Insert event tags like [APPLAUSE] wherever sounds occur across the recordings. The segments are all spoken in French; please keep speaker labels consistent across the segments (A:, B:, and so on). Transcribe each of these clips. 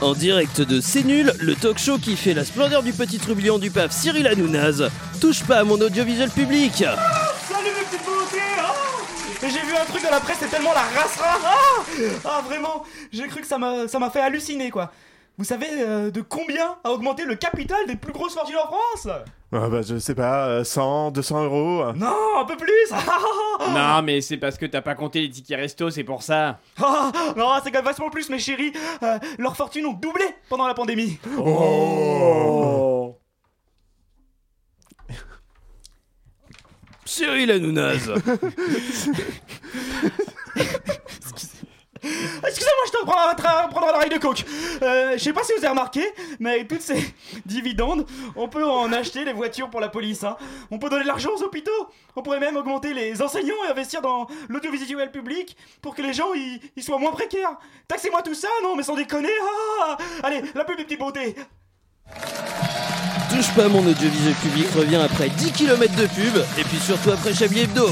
A: En direct de C'est Nul, le talk show qui fait la splendeur du petit trublion du paf Cyril Hanounaz. Touche pas à mon audiovisuel public
B: Salut mes petites volontés oh J'ai vu un truc dans la presse, c'est tellement la race rare Ah, Ah, vraiment J'ai cru que ça m'a ça m'a fait halluciner, quoi Vous savez euh, de combien a augmenté le capital des plus grosses fortunes en France
C: Ah bah je sais pas, euh, 100, 200 euros.
B: Non, un peu plus [LAUGHS] Ah,
D: Non, mais c'est parce que t'as pas compté les tickets resto, c'est pour ça.
B: Ah, Non, c'est quand même vachement plus, mes chéris Euh, Leurs fortunes ont doublé pendant la pandémie
C: Oh
A: Cyril
C: [LAUGHS]
A: Hanounaz
B: Excusez-moi, je te prends à tra- prendre l'oreille de coke. Euh, je sais pas si vous avez remarqué, mais avec toutes ces [LAUGHS] dividendes, on peut en acheter des voitures pour la police. hein. On peut donner de l'argent aux hôpitaux. On pourrait même augmenter les enseignants et investir dans l'audiovisuel public pour que les gens ils ils soient moins précaires. Taxez-moi tout ça, non, mais sans déconner. ah Allez, la pub des petites beautés.
A: Touche pas à mon audiovisuel public revient après 10 km de pub et puis surtout après Chablis Hebdo.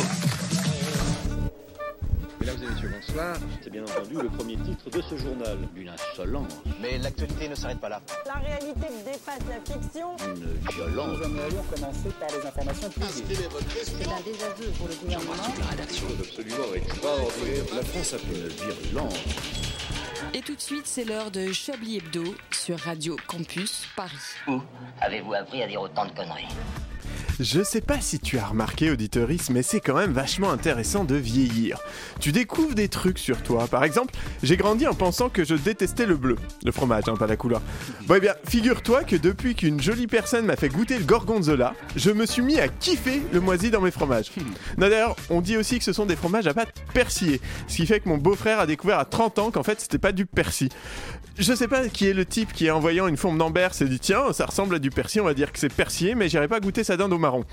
E: Mesdames et messieurs, bonsoir. C'est bien entendu le premier titre de ce journal. Une insolence,
F: Mais l'actualité ne s'arrête pas là.
G: La réalité dépasse la fiction.
E: une violence.
G: C'est un désaveu pour le gouvernement.
H: Et tout de suite, c'est l'heure de Chablis Hebdo sur Radio Campus Paris.
I: Où avez-vous appris à dire autant de conneries
C: Je sais pas si tu as remarqué, auditeuriste, mais c'est quand même vachement intéressant de vieillir. Tu découvres des trucs sur toi. Par exemple, j'ai grandi en pensant que je détestais le bleu. Le fromage, hein, pas la couleur. Bon, eh bien, figure-toi que depuis qu'une jolie personne m'a fait goûter le gorgonzola, je me suis mis à kiffer le moisi dans mes fromages. Non, d'ailleurs, on dit aussi que ce sont des fromages à pâte persillée. Ce qui fait que mon beau-frère a découvert à 30 ans qu'en fait, c'était pas du persil. Je sais pas qui est le type qui, en voyant une forme d'ambert, s'est dit tiens, ça ressemble à du persil, on va dire que c'est persillé, mais j'irai pas goûter sa dinde au marron.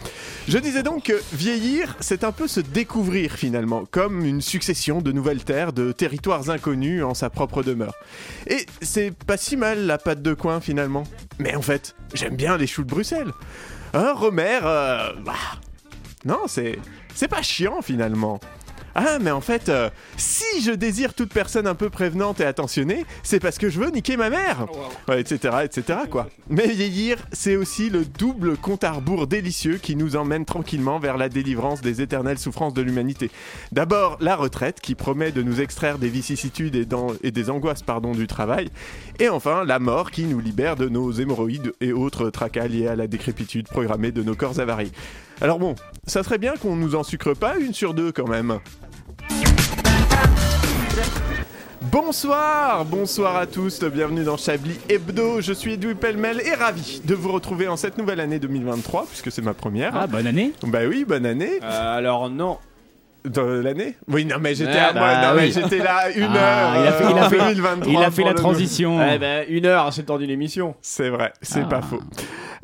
C: Je disais donc que vieillir, c'est un peu se découvrir finalement, comme une succession de nouvelles terres, de territoires inconnus en sa propre demeure. Et c'est pas si mal la pâte de coin finalement. Mais en fait, j'aime bien les choux de Bruxelles. Un romer, euh, bah, non, c'est c'est pas chiant finalement. Ah, mais en fait, euh, si je désire toute personne un peu prévenante et attentionnée, c'est parce que je veux niquer ma mère Ouais, etc., etc., quoi. Mais vieillir, c'est aussi le double compte à rebours délicieux qui nous emmène tranquillement vers la délivrance des éternelles souffrances de l'humanité. D'abord, la retraite, qui promet de nous extraire des vicissitudes et, dans- et des angoisses pardon, du travail. Et enfin, la mort, qui nous libère de nos hémorroïdes et autres tracas liés à la décrépitude programmée de nos corps avariés. Alors bon, ça serait bien qu'on nous en sucre pas une sur deux quand même. Bonsoir, bonsoir à tous, bienvenue dans Chablis Hebdo, je suis Edoui Pellemel et ravi de vous retrouver en cette nouvelle année 2023, puisque c'est ma première.
A: Ah.
D: bonne année
C: Bah oui, bonne année.
D: Euh, Alors, non.
C: Dans l'année Oui, non mais j'étais
D: Ah,
C: à-
D: bah
C: moi, non, mais
D: oui.
C: j'étais là une
D: Ah,
C: heure
D: il a fait-
C: euh,
D: il a
C: en
D: fait-
C: 2023
J: Il a fait
C: pour
J: la
C: le-
J: transition.
D: Eh ben, une heure, c'est le temps d'une émission.
C: C'est vrai, c'est
J: Ah.
C: pas faux.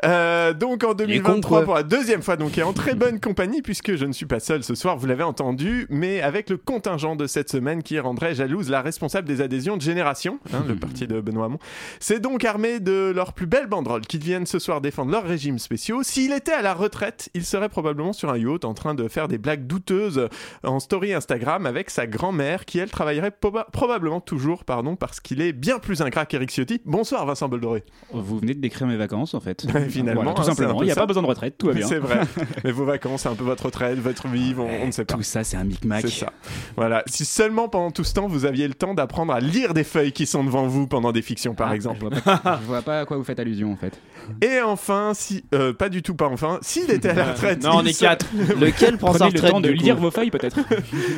C: Euh, donc en
A: con,
C: 2023
A: quoi.
C: pour la deuxième fois, donc et en très bonne compagnie puisque je ne suis pas seul ce soir, vous l'avez entendu, mais avec le contingent de cette semaine qui rendrait jalouse la responsable des adhésions de Génération, hein,
A: [LAUGHS]
C: le parti de Benoît Hamon. C'est donc armé de leurs plus belles banderoles qu'ils viennent ce soir défendre leurs régimes spéciaux. S'il était à la retraite, il serait probablement sur un yacht en train de faire des blagues douteuses en story Instagram avec sa grand-mère qui elle travaillerait proba- probablement toujours, pardon, parce qu'il est bien plus ingrat qu'Eric Ciotti. Bonsoir Vincent Boldoré.
J: Vous venez de décrire mes vacances en fait.
D: [LAUGHS]
C: Finalement,
J: Voilà,
C: hein,
J: tout
C: c'est un
J: simplement.
C: peu
J: Il n'y a
C: ça.
J: [LAUGHS] pas besoin de retraite, tout va
C: [LAUGHS]
J: bien.
C: C'est vrai. Mais vos vacances, c'est un peu votre retraite, votre vie, on, on ne sait pas.
J: Tout ça, c'est un micmac.
C: C'est ça. Voilà. Si seulement pendant tout ce temps, vous aviez le temps d'apprendre à lire des feuilles qui sont devant vous pendant des fictions, par
J: Ah,
C: exemple.
J: Je vois, pas, je vois pas à quoi vous faites allusion en fait.
C: Et enfin, si. euh, pas du tout, pas enfin. S'il était
D: [LAUGHS]
C: à la retraite.
D: non, on
C: il
D: est
C: se-
B: [LAUGHS]
D: quatre.
A: Lequel prend sa
J: Prenez le
A: retraite
J: temps de
A: du coup
J: lire vos feuilles peut-être.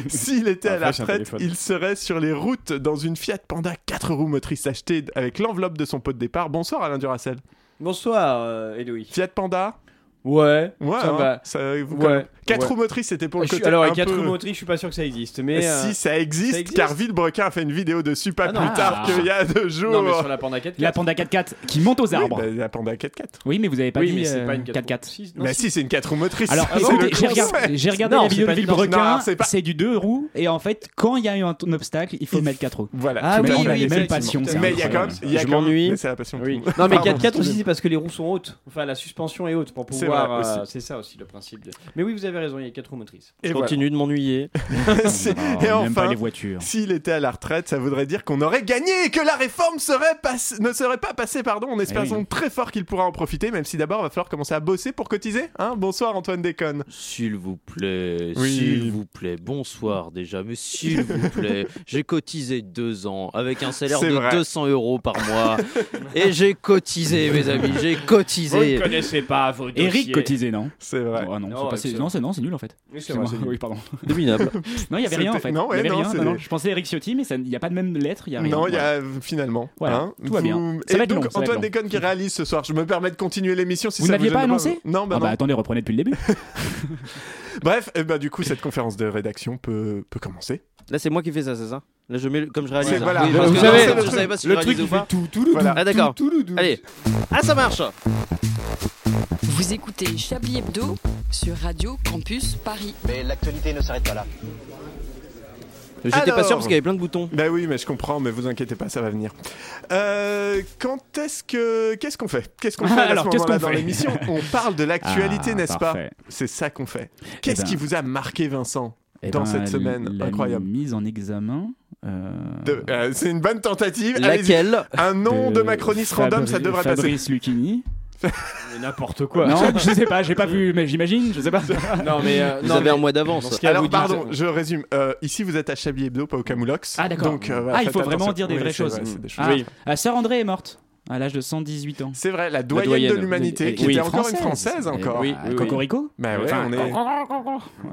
C: S'il était à la
D: Après, c'est un
C: retraite,
D: téléphone.
C: il serait sur les routes dans une Fiat Panda 4 roues motrices achetée avec l'enveloppe de son pot de départ. Bonsoir Alain Duracel.
D: Bonsoir, euh, Edoui.
C: Fiat Panda
D: Ouais,
C: Ouais,
D: ça
C: hein,
D: va.
C: ça vous colle.
D: Ouais.
C: Quatre
D: ouais.
C: roues motrices, c'était pour
D: Je
C: le
D: suis-
C: côté.
D: alors,
C: un
D: avec 4
C: peu-
D: roues motrices, je suis pas sûr que ça existe. Mais. euh,
C: Si ça existe,
D: ça existe.
C: car Villebrequin a fait une vidéo dessus pas
D: Ah non.
C: plus tard
J: Ah.
C: qu'il y a deux jours.
D: Non, mais sur la Panda 4
J: La panda 4x4 qui monte aux
C: Oui,
J: arbres.
C: bah, la Panda 4x4.
J: Oui, mais vous avez pas
D: Oui,
J: dit
D: mais c'est
J: euh,
D: pas une
J: 4x4.
D: 4
C: bah si, c'est une 4 roues motrices.
J: Alors,
C: [LAUGHS] C'est
J: écoutez,
C: le
J: j'ai
C: concept.
J: regardé, j'ai regardé
D: Non,
J: la vidéo de
D: c'est pas- non,
J: Villebrequin,
C: c'est pas-
J: c'est du deux roues, et en fait, quand il y a eu un, un obstacle, il faut mettre quatre roues.
C: Voilà.
D: Ah
C: tout à
D: oui,
C: fait.
D: oui,
C: Effectivement.
D: même passion, c'est
J: hein.
C: Mais il y a quand
D: incroyable.
C: même. il y a
D: Je
C: quand même-
D: m'ennuie.
C: mais C'est la passion. de tout le monde.
D: Non mais
C: Pardon.
D: 4x4 aussi c'est parce que les roues sont hautes. Enfin la suspension est haute pour
C: C'est
D: pouvoir
K: pouvoir.
C: vrai,
K: euh,
C: aussi.
K: c'est ça aussi le principe. De... Mais oui, vous avez raison, il y a quatre roues motrices.
C: Et
A: Je
C: voilà.
A: continue de m'ennuyer.
C: C'est-
J: Oh,
C: Et
J: on n'aime pas
C: enfin,
J: les voitures.
C: S'il était à la retraite, ça voudrait dire qu'on aurait gagné et que la réforme serait passe- ne serait pas passée. Pardon. On espère
J: Eh oui.
C: donc très fort qu'il pourra en profiter, même si d'abord il va falloir commencer à bosser pour cotiser. Hein Bonsoir Antoine Déconne.
A: S'il vous plaît,
C: Oui.
A: s'il vous plaît, bonsoir déjà, mais s'il
C: [LAUGHS]
A: vous plaît, j'ai cotisé deux ans avec un salaire
C: C'est
A: de
C: vrai.
A: 200 euros par
C: [LAUGHS]
A: mois et j'ai cotisé, mes amis, j'ai cotisé.
C: Oh,
K: connaissez pas vos
J: Eric cotisé, non
C: C'est vrai.
J: Oh,
K: Non,
J: non, c'est pas- c'est-
K: absolument.
J: non, c'est non, c'est nul en fait.
K: Oui, c'est vrai, c'est
J: Excusez-moi. Oui, pardon.
A: Abominable.
J: Non, il n'y avait
C: C'était-
J: rien en fait.
C: non, ouais,
J: Il y avait
C: non,
J: rien.
C: c'est
J: Non, non,
C: des-
J: je pensais Eric Ciotti, mais ça- il n'y a pas de même lettre, il n'y a rien.
C: Non, il y
J: Voilà.
C: a finalement.
J: Voilà,
C: hein.
J: tout va bien.
C: Vous-
J: Ça
C: Et
J: va être
C: donc
J: long, ça va être
C: Antoine
J: long.
C: Déconne qui réalise ce soir. Je me permets de continuer l'émission si
J: Vous
C: ça
J: n'aviez
C: gêne
J: pas annoncé
C: Non, bah
J: Ah bah,
C: non.
J: attendez, reprenez depuis
C: [LAUGHS]
J: le début.
C: Bref, eh ben, du coup, cette conférence de rédaction peut, peut commencer.
A: Là, c'est moi qui fais ça, c'est ça Là, je mets le- comme je réalise.
C: C'est-
A: hein.
C: voilà.
A: Oui, parce
C: Vous
A: que
C: savez,
A: non,
C: le
A: je savais pas si
K: le
A: je
K: truc
A: réalisais ou
K: qui
A: pas.
K: fait tout, tout, le
C: Voilà.
A: Ah d'accord.
K: tout, tout, tout.
A: Allez. Ah, ça marche.
H: Vous écoutez Chablis Hebdo sur Radio Campus Paris.
L: Mais l'actualité ne s'arrête pas là.
A: J'étais pas
C: Alors.
A: sûr parce qu'il y avait plein de boutons.
C: Bah oui, mais je comprends, mais vous inquiétez pas, ça va venir. Euh, quand est-ce que qu'est-ce qu'on fait Qu'est-ce qu'on fait à
J: Ah, Alors,
C: ce
J: qu'est-ce
C: moment-là
J: qu'on
C: dans
J: fait
C: l'émission On parle de l'actualité,
J: Ah,
C: n'est-ce pas
J: parfait.
C: C'est ça qu'on fait. Qu'est-ce
J: ben-
C: qui vous a marqué, Vincent
J: Eh
C: Dans cette
J: la-
C: semaine,
J: la
C: incroyable.
J: Mise en examen. euh,
C: De- euh, C'est une bonne tentative. Allez-y.
A: Laquelle
C: Un nom de, ma chronique
J: Fabri-
C: random, ça devrait passer.
J: Euh, Fabrice Lucchini.
K: Mais N'importe quoi.
J: Non,
C: [LAUGHS]
J: je sais pas, j'ai pas vu, mais j'imagine, je sais pas.
K: [LAUGHS] Non, mais. euh,
A: Vous
K: non,
A: avez
K: mais-
A: un mois d'avance.
K: Parce que vous
C: Alors
K: dites-
C: pardon, je résume. Euh, ici, vous êtes à Chablis Hebdo, pas au Camoulox.
J: Ah, d'accord.
C: Donc, euh, voilà,
J: Ah, il
C: faites
J: faut vraiment
C: attention.
J: dire des
C: Oui,
J: vraies
C: c'est
J: choses.
C: vrai, c'est des choses.
J: Ah, ah, Sœur André est morte à l'âge de 118 ans.
C: C'est vrai, la doyenne, de
K: doyenne.
C: l'humanité, qui
K: Oui,
C: était encore une française encore.
K: oui,
J: Ah,
K: oui, oui.
J: Cocorico
C: Bah ouais,
J: Enfin,
C: on est, ouais,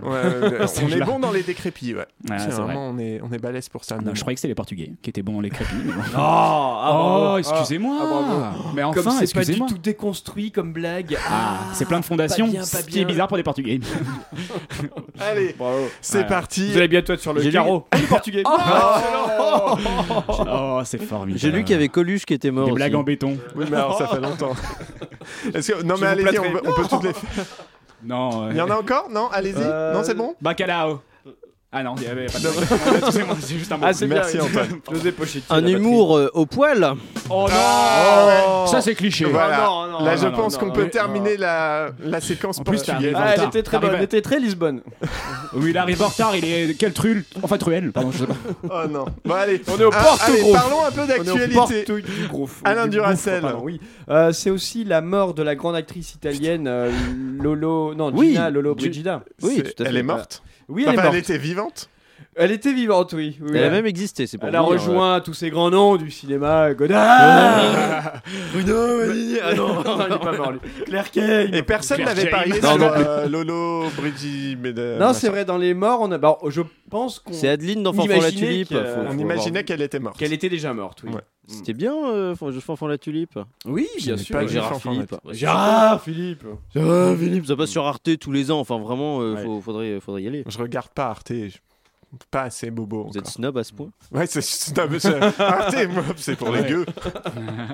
C: ouais, on est bon dans les décrépits, ouais.
J: Ah,
C: c'est
J: c'est vrai. Ah
C: vraiment, on est, on est balèze pour ça.
J: Non, je croyais que c'était les Portugais qui étaient bons dans les crépis. mais bon.
K: Oh,
C: [LAUGHS]
K: ah, bravo.
J: oh, excusez-moi
K: Ah, bravo.
J: Mais
K: Comme
J: enfin,
K: c'est pas du
J: excusez-moi
K: tout déconstruit comme blague.
J: Ah, c'est plein de fondations,
K: pas bien, pas
J: ce qui est
K: bien.
J: bizarre pour des Portugais.
C: Allez,
K: Bravo.
C: c'est
J: Ouais.
C: parti.
K: Vous
C: [LAUGHS]
K: allez bientôt être sur le
A: J'ai lu-
J: [LAUGHS]
K: carreau. Les portugais.
J: Ah. oh, c'est formidable.
A: J'ai lu qu'il y avait Coluche qui était mort.
J: des
A: aussi.
J: blagues en béton.
C: Oui, mais alors ça fait longtemps. [LAUGHS] Est-ce que- Non,
K: Je
C: mais
K: vous
C: allez-y, on,
K: platerai.
C: peut- on peut toutes les faire.
J: Non. euh,
C: Il y en a encore Non, allez-y.
K: Euh,
C: Non, c'est bon
J: Bacalao. Ah non, il y avait pas de Excusez-moi, c'est juste un mot.
K: Ah, c'est
C: Merci,
K: bien.
C: Antoine.
K: [LAUGHS] José Pochetti,
A: Un
K: la
A: humour euh, au poil.
K: Oh non
C: Ah,
J: Ça, c'est cliché.
C: Voilà.
K: Oh, non, non,
C: Là,
K: non,
C: je
J: non,
C: pense
K: non,
C: qu'on
K: non,
C: peut
K: non.
C: terminer la, la séquence
J: En plus,
C: portugaise.
J: t'arrives
K: Ah, elle
J: Tard,
K: était très bonne, elle
J: t'arrivais.
K: était très Lisbonne.
J: Oui, il arrive en retard, il est. Quel trull Enfin, truelle, pardon, je sais pas.
C: Oh non. Bon, allez.
K: On est au
C: Ah,
K: porte
C: allez,
K: gros.
C: parlons un peu
K: On est au porte
C: d'actualité.
K: du gros.
C: Alain
K: du
C: Duracell.
K: gouffre, pardon, oui. Euh, c'est aussi la mort de la grande actrice italienne euh, Lolo. Non,
A: Oui.
K: Gina Lolo
A: Gi-
K: Brigida.
A: Oui,
C: C'est-
A: tout à fait.
C: Elle est morte
K: Oui, elle
C: Enfin,
K: est morte.
C: elle était vivante
K: Elle était vivante, oui. oui.
A: Elle a même existé, c'est pour
K: Elle a
A: vous dire,
K: rejoint
C: euh,
K: tous ces grands noms du cinéma. [LAUGHS] Godard [LAUGHS] Ah non, il est pas mort, lui. Claire Kay
C: Et personne n'avait parié
A: Non,
C: sur
A: non.
C: euh, Lolo, Brigi, Meda-
K: Non, c'est vrai, dans les morts, on a. bah, je pense qu'on.
A: euh, [LAUGHS] C'est Adeline dans Fanfan la
K: Imaginez
A: Tulipe.
K: que-
A: Faut-
C: On
A: faut
C: imaginait
A: avoir-
C: qu'elle était morte.
K: Qu'elle était déjà morte, oui.
C: Ouais.
A: C'était bien, euh, Fan- Fanfan la Tulipe.
K: Oui, bien
C: n'ai
K: sûr.
C: pas
K: oui.
C: vu
A: Gérard
C: Fanfan la
A: Philippe.
K: Gérard Philippe
A: Ah, Philippe, ça passe sur Arte tous les ans. Enfin, vraiment, euh, faut- faudrait, faudrait y aller.
C: Je regarde pas Arte. je- Pas assez bobo
A: Vous êtes
C: encore.
A: snob à ce point
C: Ouais, c'est- c'est non, mais c'est- Arte, moi, c'est pour les
J: Ouais.
C: gueux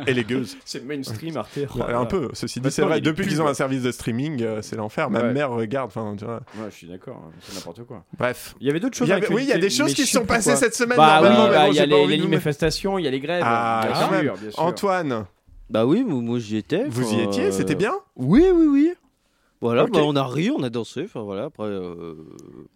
C: et les gueuses.
K: C'est mainstream, Arte.
C: un peu, ceci dit,
K: Maintenant,
C: c'est vrai.
K: il y a des
C: Depuis
K: pubs.
C: qu'ils ont un service de streaming, euh, c'est l'enfer. Ma
K: Ouais.
C: mère regarde. Enfin, tu vois.
K: Ouais, je suis d'accord, hein, c'est n'importe quoi.
C: Bref.
K: Il y avait d'autres
C: Il
K: choses
C: y
K: à
C: avait- oui, il y a des
K: actualité,
C: choses
K: mais
C: qui
K: je
C: se
K: sais
C: sont
K: plus
C: passées
K: pourquoi.
C: cette semaine.
K: Bah oui,
C: normalement, mais
K: bah,
C: bon,
K: il y
C: j'ai
K: a
C: pas
K: les,
C: envie
K: les
C: de nous mettre-
K: manifestations, il y a les grèves. hein,
C: Ah,
K: bien
C: quand
K: sûr,
C: même.
K: bien sûr.
C: Antoine,
A: Bah oui, moi, moi, j'y étais.
C: vous
A: enfin,
C: y étiez,
A: euh,
C: c'était bien
A: Oui, oui, oui. Voilà,
C: Ok.
A: bah, on a ri, on a dansé. Enfin voilà, après. euh,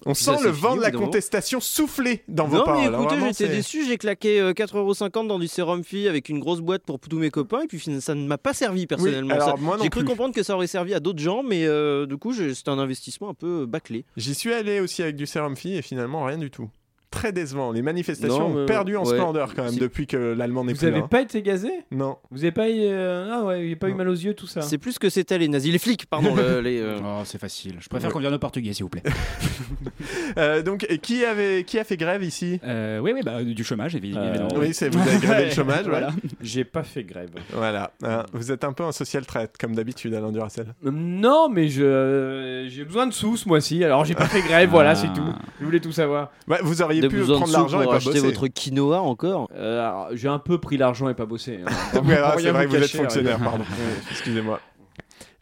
C: On
A: puis
C: sent
A: ça,
C: le
A: c'est
C: vent
A: fini,
C: de la
A: au bout d'un moment.
C: contestation souffler dans vos
A: non,
C: paroles.
A: mais
C: Alors,
A: écoutez,
C: vraiment,
A: j'étais
C: c'est-
A: déçu. J'ai claqué euh, 4,50€ dans du sérum fille avec une grosse boîte pour tous mes copains. Et puis fin- ça ne m'a pas servi personnellement.
C: alors,
A: Ça-
C: moi non
A: J'ai cru
C: plus.
A: comprendre que ça aurait servi à d'autres gens, mais euh, du coup, j'ai- c'était un investissement un peu euh, bâclé.
C: J'y suis allé aussi avec du sérum fille et finalement rien du tout. Très décevant. Les manifestations
A: Non, mais-
C: ont perdu en
A: ouais.
C: splendeur quand même
A: C'est-
C: depuis que l'allemand n'est
K: Vous
C: plus
K: avez
C: là.
K: pas été gazé
C: Non.
K: Vous avez pas eu. euh, Ah ouais, il n'y a pas eu
C: Non.
K: mal aux yeux, tout
C: Ah.
K: ça.
A: C'est plus que c'était les nazis, les flics, pardon.
C: [LAUGHS]
A: le- les, euh,
J: Oh, c'est facile. Je préfère qu'on vienne au portugais, s'il vous plaît.
C: Euh, donc et qui avait qui a fait grève ici
J: Euh, oui, oui, bah, du chômage, évi-
K: Euh,
J: évidemment.
C: Oui, c'est vous avez grévé le chômage, voilà.
J: Voilà.
K: J'ai pas fait grève.
C: Voilà. hein, vous êtes un peu un social traite comme d'habitude Alain Duracell.
K: Euh, Non, mais je euh, j'ai besoin de sous ce mois-ci, alors j'ai pas fait grève,
C: Ah.
K: voilà, c'est tout. Je voulais tout savoir.
C: Ouais, vous auriez
A: de
C: pu
A: vous en
C: prendre
A: dessous
C: l'argent et
A: pour
C: pas
A: acheter
C: bosser.
A: votre quinoa encore.
K: Euh, alors,
C: [LAUGHS]
K: j'ai un peu pris l'argent et pas bossé. hein.
C: Oui,
K: Pour
C: alors, ah, c'est
K: rien
C: vrai
K: vous
C: que vous êtes
K: cacher,
C: fonctionnaire,
K: hein.
C: pardon. Excusez-moi.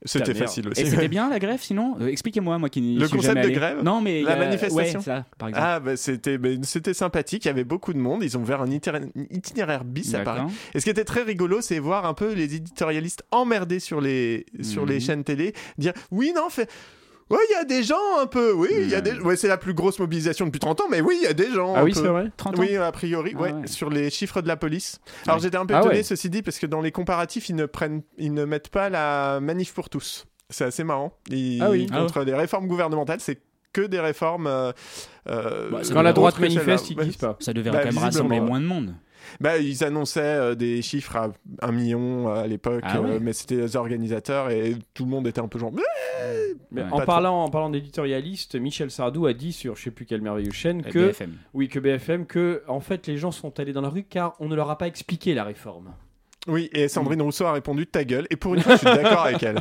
C: C'était
A: merde.
C: facile
J: Et
C: aussi.
J: c'était bien la grève sinon Euh, Expliquez-moi, moi qui n'y
C: Le
J: suis
C: concept
J: jamais
C: de
J: allé.
C: grève
J: Non, mais.
C: La
J: euh,
C: manifestation
J: ouais, ça, par exemple.
C: [LAUGHS] Ah, bah, c'était ben, c'était sympathique, il y avait beaucoup de monde, ils ont ouvert un itéra- itinéraire bis à Paris.
J: D'accord.
C: Et ce qui était très rigolo, c'est voir un peu les éditorialistes emmerdés sur les, sur les
J: Mhm.
C: chaînes télé, dire oui, non, fait. Ouais, il y a des gens un peu. Oui, il y a des. Ouais, c'est la plus grosse mobilisation depuis 30 ans, mais oui, il y a des gens.
D: Ah
C: un
D: oui,
C: peu.
D: c'est vrai.
J: 30 ans.
C: Oui, a priori,
J: Ah
C: ouais,
J: ouais.
C: sur les chiffres de la police. Alors j'étais un peu
D: Ah
C: étonné,
D: ouais.
C: ceci dit, parce que dans les comparatifs, ils ne, prennent, ils ne mettent pas la manif pour tous. C'est assez marrant. Ils-
D: Ah oui.
C: Contre les réformes gouvernementales, c'est que des réformes. euh, euh,
E: Bah, c'est
D: Quand la
C: autres
D: droite
C: que celle-là.
D: manifeste, ils
C: Ouais.
D: disent pas.
J: Ça devait
C: Bah,
J: quand même
C: visiblement,
J: rassembler
C: ouais.
J: moins de monde.
C: Bah, ils annonçaient euh, des chiffres à un million euh, à l'époque,
J: Ah ouais.
C: euh, mais c'était les organisateurs et tout le monde était un peu genre. "Bah,
D: Mais
J: Ouais.
C: Pas
D: en,
C: trop.
D: parlant, en parlant d'éditorialiste, Michel Sardou a dit sur je sais plus quelle merveilleuse chaîne
C: Eh
J: Euh,
D: que,
C: ben.
J: BFM.
D: Oui, que BFM, que en fait les gens sont allés dans la rue car on ne leur a pas expliqué la réforme.
C: Oui, et
D: Mm.
C: Sandrine Rousseau a répondu ta gueule. Et pour une fois, je suis d'accord
D: [LAUGHS]
C: avec elle.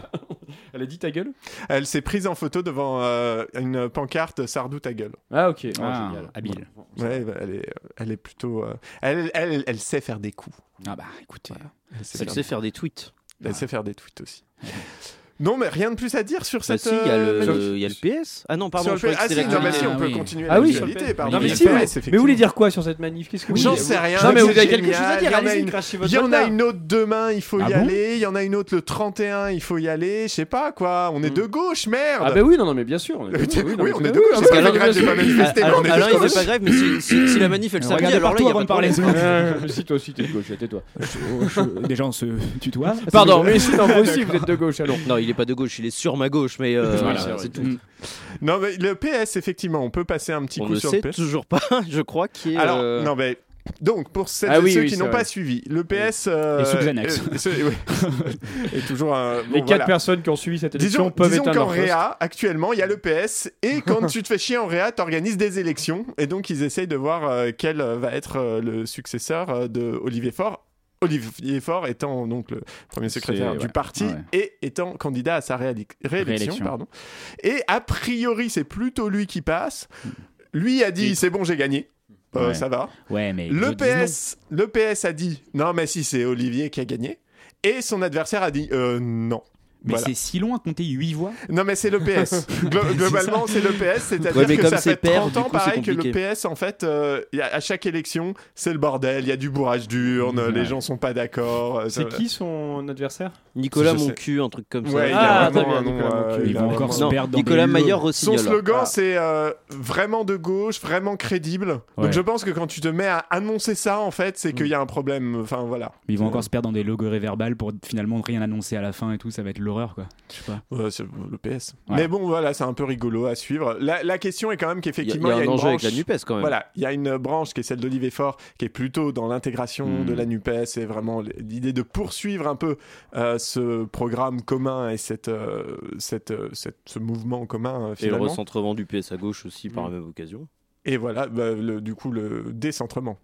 D: Elle a dit ta gueule
C: Elle s'est prise en photo devant euh, une pancarte Sardou ta gueule.
D: Ah ok, Oh,
J: Ah,
D: génial.
J: habile.
C: Ouais, bah, elle, est, elle est plutôt. euh, elle, elle, elle sait faire des coups.
J: Ah bah écoutez.
C: Elle sait,
A: Elle
C: faire,
A: sait faire des tweets.
C: elle sait faire des tweets aussi. non, mais rien de plus à dire sur
A: Bah
C: cette.
A: si, il y, a le-
C: euh, manif-
A: le- il y a le PS. Ah non, pardon,
C: sur
A: je croyais
C: le- Ah
A: que
C: si,
A: c'était
C: non, mais
A: l'actualité.
C: si, on
J: Ah,
C: peut
J: oui.
C: continuer
D: Ah
C: la
D: oui,
C: actualité,
D: sur le-
C: pardon.
J: Oui,
D: mais
J: il y a
D: si, mais-
J: le
C: PS,
D: mais vous
C: effectivement.
D: voulez dire quoi sur cette manif Qu'est-ce que vous
C: J'en
D: voulez dire
C: sais rien.
D: Non mais
C: c'est
D: vous avez
C: génial,
D: quelque chose à dire
C: il y en a
D: allez-y,
C: une-
D: crachez
C: Il
D: votre
C: y en a
D: bâtard.
C: une autre demain, il faut y
J: Ah bon
C: aller. Il y en a une autre le 31, il faut y aller. Je sais pas quoi. On est
D: Hmm.
C: de gauche, merde.
K: ben
C: [LAUGHS]
D: Ah bah oui, non, non mais bien sûr. on est-
C: oui,
D: non, mais
C: on
D: c'est
C: est de
D: vrai.
C: gauche.
A: Parce
C: C'est pas
A: qu'Alain-
C: grave, j'ai pas manifesté, mais on est
A: Euh, Alain,
C: de
A: il
C: gauche.
A: fait pas grève, mais si, si- si la manif elle samedi,
J: Regardez
A: alors là,
J: partout
A: il y a
J: avant
A: pas
J: de
A: de problème.
J: parler.
D: [LAUGHS] Euh, si toi aussi t'es de gauche, là, tais-toi.
J: Déjà on se tutoie.
C: Euh,
D: Pardon, mais c'est [LAUGHS] impossible d'être de gauche alors.
A: Non, il est pas de gauche, il est sur ma gauche, mais euh,
D: Voilà,
A: c'est
D: c'est
A: tout.
J: Mm.
C: Non, mais le PS, effectivement, on peut passer un petit
A: On
C: coup
A: le
C: sur
A: sait
C: le PS.
A: toujours pas, [LAUGHS] je crois, qui est.
C: Alors,
A: euh,
C: non, mais. Donc, pour celles
D: Ah
C: et
D: oui,
C: ceux
D: oui,
C: qui
D: c'est
C: n'ont
D: vrai.
C: pas suivi, le PS. euh,
J: Et sous Xanax.
C: euh, ce- ouais. Et toujours un. bon,
D: Les quatre
C: voilà.
D: personnes qui ont suivi cette élection
C: Disons,
D: peuvent
C: disons
D: éteindre
C: qu'en
D: leur poste.
C: Réa, actuellement, il y a le PS, et quand tu te fais chier en Réa, t'organises des élections, et donc ils essayent de voir euh, quel euh, va être euh, le successeur euh, de Olivier Faure. Olivier Faure étant donc le premier secrétaire
J: C'est-
C: du
J: ouais,
C: parti
J: ouais.
C: et étant candidat à sa réali- réélection,
J: Réélection.
C: pardon. Et a priori, c'est plutôt lui qui passe. Lui a dit
J: Et-
C: c'est bon, j'ai gagné. Euh,
J: Ouais.
C: Ça va.
J: Ouais mais.
C: Le
J: ils disent non.
C: PS, le PS a dit non, mais si c'est Olivier qui a gagné. Et son adversaire a dit euh, non.
J: Mais
C: Voilà.
J: c'est si loin, compter 8 voix.
C: Non, mais c'est le PS. Glo- globalement, c'est le PS. C'est-à-dire
A: Ouais, mais
C: que
A: comme
C: ça
A: c'est
C: fait
A: pair,
C: 30
A: du
C: ans,
A: coup, c'est
C: pareil, que le
A: compliqué.
C: PS, en fait, euh, y a- à chaque élection, c'est le bordel. Il y a du bourrage d'urne,
J: Ouais.
C: les gens sont pas d'accord. euh, ça-
D: C'est qui son adversaire
A: Nicolas
C: Je sais.
A: mon cul, un truc comme ça.
C: Ouais, il y
D: Ah,
C: a
D: très
C: vraiment
D: bien,
C: un nom,
D: Nicolas
C: euh,
D: Moncure.
C: il
J: Ils
C: a
J: vont
C: vraiment-
J: encore se
A: Non,
J: perdre dans
A: Nicolas
J: des
A: Maillard
C: Son
A: Rossignol.
C: slogan,
D: Ah.
C: c'est euh, vraiment de gauche, vraiment crédible.
J: Ouais.
C: Donc je pense que quand tu te mets à annoncer ça, en fait, c'est qu'il y a un problème. Enfin voilà. Euh,
J: Ils vont encore se perdre dans des logorées verbales pour finalement rien annoncer à la fin et tout, ça va être l'horreur quoi. Je sais pas.
C: Ouais, c'est le PS.
J: Ouais.
C: Mais bon, voilà, c'est un peu rigolo à suivre. La, la question est quand même
A: Il y a- il
C: qu'effectivement,
A: y a un
C: une
A: enjeu avec
C: branche.
A: la NUPES quand même.
C: Voilà, il y a une branche qui est celle d'Olivier Faure, qui est plutôt dans l'intégration
J: Mm.
A: Hmm.
C: de la NUPES et vraiment l'idée de poursuivre un peu euh, ce programme commun et cette, euh, cette, euh, cette- ce mouvement commun euh,
A: Et le
C: finalement.
A: recentrement du PS à gauche aussi
C: Mm.
A: par la même occasion.
C: Et, voilà, bah, le- du coup, le décentrement.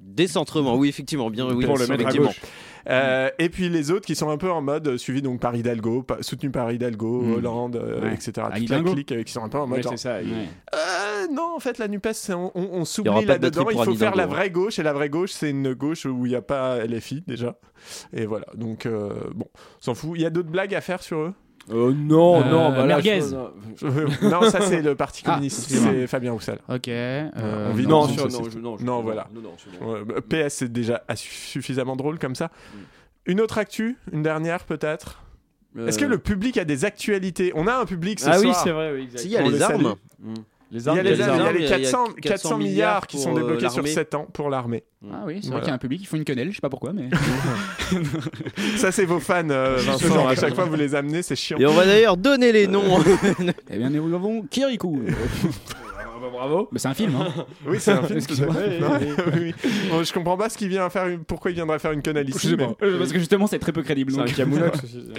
A: Décentrement, oui, effectivement, bien, oui,
C: Pour le mettre à
A: effectivement.
C: gauche.
A: Hmm.
C: Euh, et puis les autres qui sont un peu en mode euh, suivis donc par Hidalgo, pa- soutenus par Hidalgo,
A: Hmm.
J: Mm.
C: Hollande, euh,
J: Ouais.
C: etc.
J: Ah,
C: Toute la
J: Hidalgo.
C: clique, euh, qui sont un peu en mode
D: Ouais,
C: genre,
D: c'est ça. il-
C: Euh, non, en fait, la NUPES, c'est- on, on- on
A: Il y aura
C: s'oublie
A: pas de
C: là-dedans.
A: batterie
C: Il
A: pour
C: faut
A: Annie
C: faire la
A: Dingo, hein.
C: vraie gauche. Et la vraie gauche, c'est une gauche où il n'y a pas LFI déjà. Et voilà. Donc, euh, bon, on s'en fout. Il y a d'autres blagues à faire sur
D: Euh,
C: eux Ah,
K: Oh
D: non,
J: Euh,
D: non, bah là,
J: merguez.
D: je- non,
C: Non, ça, c'est le Parti
J: Ah,
C: communiste.
J: excusez-moi.
C: c'est Fabien Roussel.
J: Ok. euh,
C: on vit
D: Non,
C: dans
D: sur-
C: une
D: non,
C: société.
D: je- non, je-
C: Non, voilà.
D: Non, non, c'est bon.
C: Ouais, bah, PS, c'est déjà assu- suffisamment drôle comme ça. Une autre actu Une dernière, peut-être Est-ce que le public a des actualités On a un public ce
D: Ah oui,
C: soir.
D: c'est vrai, oui, exact.
A: Si, il y a
C: On
A: les
C: les salue.
A: armes.
D: Les
C: il y a les armes, il y a
A: il
C: les
A: y a
C: 400,
A: 400
C: 400 milliards qui
A: pour,
C: sont
A: euh,
C: débloqués sur
A: l'armée.
C: 7 ans pour l'armée.
J: Ah oui, c'est
C: Voilà.
J: vrai qu'il y a un public qui font une quenelle, je sais pas pourquoi, mais.
C: Ça, c'est vos fans, euh, Vincent.
J: genre.
C: à chaque fois, vous les amenez, c'est chiant.
A: Et on va d'ailleurs donner les
C: [LAUGHS]
A: noms.
J: eh bien, nous avons Kirikou.
D: Ah, bravo.
J: Euh, Bah, c'est un film, hein.
C: Oui, c'est un film. tout à
J: Excuse-moi.
C: fait. Non, oui, oui. Bon, je comprends pas ce qu'il vient à faire. une- Pourquoi il viendrait faire une quenelle ici mais-
J: Euh, Parce que justement, c'est très peu crédible.
D: C'est un
J: donc. [LAUGHS]
D: camoulox aussi.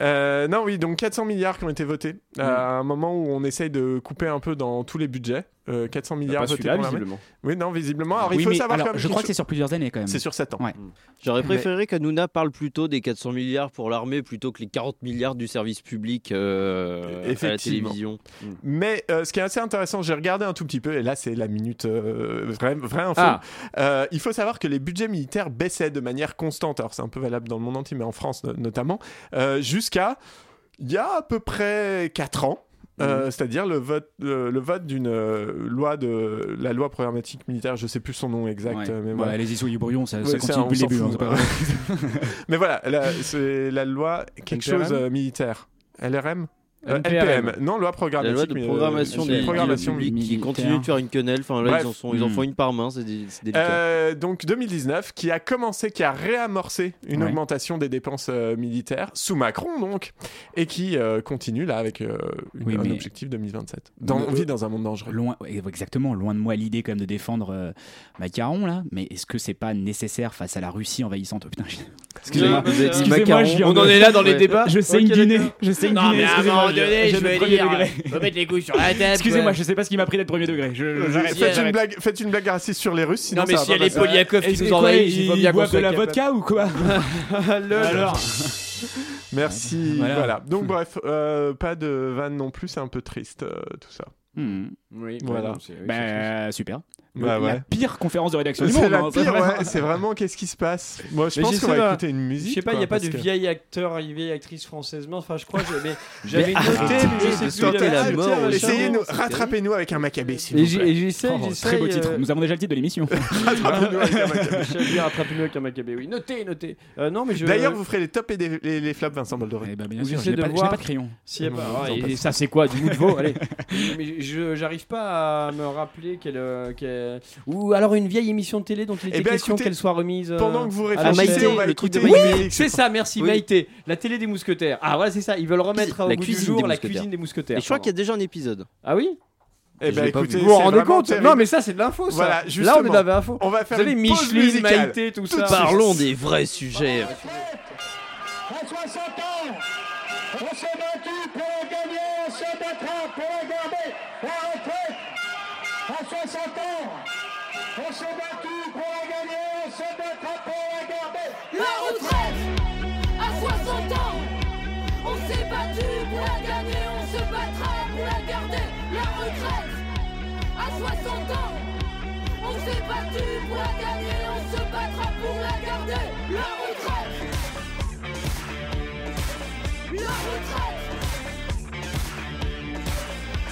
C: Euh, non, oui. Donc 400 milliards qui ont été votés à un moment où on essaye de couper un peu dans tous les budgets. Euh, 400 milliards
D: Pas
C: votés
D: celui-là,
C: pour l'armée.
D: visiblement.
C: Oui, non, visiblement. Alors il
J: Oui,
C: faut
J: mais
C: savoir
J: alors,
C: quand même
J: je
C: qu'il
J: crois
C: faut-
J: que c'est sur plusieurs années quand même.
C: c'est sur 7 ans.
J: Ouais.
A: J'aurais préféré qu'Anouna parle plutôt des 400 milliards pour l'armée plutôt que les 40 milliards du service public euh, à la
C: Effectivement.
A: télévision.
C: Mais euh, ce qui est assez intéressant, j'ai regardé un tout petit peu et là c'est la minute euh, vraie, vraie info.
D: Ah,
C: Euh, il faut savoir que les budgets militaires baissaient de manière constante. Alors c'est un peu valable dans le monde entier, mais en France no- notamment, euh, jusqu'à il y a à peu près 4 ans, euh, c'est-à-dire le vote, le, le vote d'une euh, loi de la loi programmatique militaire, je sais plus son nom exact,
J: Ouais.
C: euh, mais
J: Bah,
C: voilà.
J: Allez-y, soyez brouillons, ça, ça
C: Ouais, ça,
J: continue depuis
C: on
J: le début.
C: s'en
J: hein, c'est
C: fout.
J: pas grave.
C: Mais voilà, la- c'est la loi quelque
D: LPRM?
C: chose euh, militaire. LRM Euh,
D: LPRM.
C: LPM, non, loi
A: La
C: programmatique.
A: loi de
C: mais, euh,
A: programmation
C: euh,
A: des
C: programmation
A: programmation publics qui
J: militaire.
A: continue de faire une quenelle. Enfin là, ils en,
C: Bref.
A: sont, ils en
J: Mm.
A: font une par main, c'est dé- c'est délicat.
C: Euh, donc 2019, qui a commencé, qui a réamorcé une
J: Ouais.
C: augmentation des dépenses euh, militaires sous Macron donc, et qui euh, continue là avec euh, une-
J: Oui,
C: un
J: mais-
C: objectif 2027. Dans-
J: Mais-
C: on vit dans un monde dangereux.
J: [LAUGHS] Loin, ouais, exactement, loin de moi l'idée quand même de défendre euh, Macaron là, mais est-ce que c'est pas nécessaire face à la Russie envahissante Oh, putain, j'ai-
A: Excusez-moi,
D: Ouais,
A: vous avez dit
D: excusez-moi,
A: macaron.
D: je viens
A: On
D: de-
A: en est là dans les
D: Ouais.
A: débats.
J: je sais
D: Ok,
J: une dîner,
D: d'accord.
J: je sais une
D: Non,
J: dîner,
D: mais à un
J: excusez-moi,
D: moment
J: je-
D: donné,
J: je
D: je
J: me
D: veux
J: premier
D: dire,
J: degré.
A: Faut mettre les couilles sur la tête.
D: Excusez-moi, je sais pas ce qui m'a pris d'être premier degré. Je- je- j'arrête,
C: Faites une,
D: j'arrête.
C: blague, faites une blague raciste sur les Russes, sinon
A: Non, mais
C: ça va
A: si
C: pas
A: elle est
C: passer.
A: Polyakov
D: Et
A: qui
D: c'est
A: nous
D: quoi,
A: envahit,
D: ils
A: il faut bien qu'on
D: boivent de
A: soit
D: la
A: capable.
D: vodka ou quoi Alors,
C: Merci. Voilà.
J: Voilà.
C: Donc bref, euh, pas de vanne non plus, c'est un peu triste euh, tout ça.
J: Hmm.
D: oui,
C: Voilà.
D: non, c'est- oui, c'est-
J: Bah super.
C: Bah,
J: La
C: ouais.
J: pire conférence de rédaction du monde.
C: C'est la
J: hein,
C: pire,
J: vraiment.
C: ouais, c'est vraiment qu'est-ce qui se passe. Moi, je
D: Mais
C: pense
D: je
C: qu'on
D: sais
C: va
D: pas.
C: écouter une musique.
K: Je sais pas, il
C: quoi,
K: n'y a pas de
C: parce que-
K: vieil acteur, vieille actrice française. Non, enfin, je crois, que j'avais j'avais
A: Mais
K: noté,
A: arrêtez
K: mais je sais
A: de
K: plus. il y avait-
A: tenter la
K: Ah,
A: mort,
K: tiens,
A: ouais.
K: machin,
C: Essayez-nous,
K: c'était-
C: rattrapez-nous avec un macabé, s'il
K: Et
C: vous
K: j'y-
C: plaît.
K: et j'essaie,
J: Oh,
K: j'essaie.
J: très beau titre.
K: euh,
J: Nous avons déjà le titre de l'émission.
C: Rattrapez-nous avec un macabé.
K: J'allais dire attrape-nous avec un macabé, oui. Notez, notez. Euh, non,
C: [LAUGHS]
K: mais je.
C: D'ailleurs, vous ferez les tops et des- les, les flops, Vincent Boldoré.
J: Eh ben, bien
K: Vous
J: sûr, je
K: essayez
J: n'ai
K: de
J: pas, je n'ai
K: voir.
J: pas de crayon.
K: Si, bah,
C: Non,
K: ouais,
C: non,
K: et-
C: pas
K: et ça, c'est quoi Du goût de veau, allez. mais je, j'arrive pas à me rappeler quelle, euh, quelle- Ou alors une vieille émission de télé dont il était
C: ben,
K: question
C: écoutez,
K: qu'elle soit remise. euh,
C: Pendant que vous
K: à la
C: réfléchissez,
K: Maïté,
C: on va
A: le truc
C: écouter
A: de
C: une
A: Maïté.
C: musique.
K: C'est ça, merci
A: Oui.
K: Maïté. La télé des mousquetaires. Ah voilà, c'est ça. Ils veulent remettre
A: La
K: au bout du
A: cuisine des
K: jour la
A: mousquetaires.
K: cuisine des mousquetaires.
A: Et je crois qu'il y a déjà un épisode.
K: Ah oui
C: Eh
A: Je
C: ben,
A: l'ai pas
C: écoutez,
A: vu.
K: Vous vous
C: c'est
K: rendez
C: vraiment
K: compte
C: terrible.
K: Non, mais ça, c'est de l'info. ça.
C: Voilà,
K: Là, on est
C: justement.
K: dans la info.
C: On va
K: Vous
C: faire
K: savez,
C: une pause
K: Micheline,
C: musicale.
K: Maïté, tout
C: Tout
K: ça.
C: de suite.
A: Parlons des vrais sujets.
G: La retraite à 60 ans On s'est battu pour la gagner, on se battra pour la garder La retraite à 60 ans On s'est battu pour la gagner, on se battra pour la garder La retraite La retraite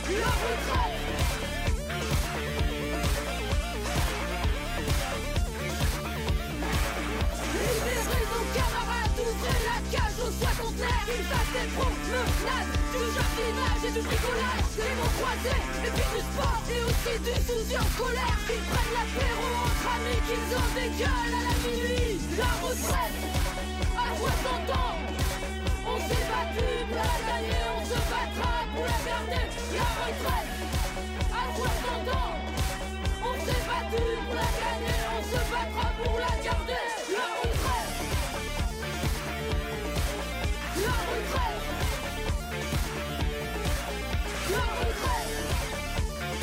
G: La retraite Libérez vos camarades, ouvrez la cage aux soixantenaires Ils passent des promenades, du jardinage et du bricolage Des mots croisés, et puis du sport et aussi du souci en colère Ils prennent l'apéro entre amis qu'ils ont des gueules à la minuit La retraite, à 60 ans On s'est battu pour la gagner, on se battra pour la garder La retraite, à 60 ans on s'est battu pour la gagner, on se battra pour la garder. La retraite. La retraite. La retraite.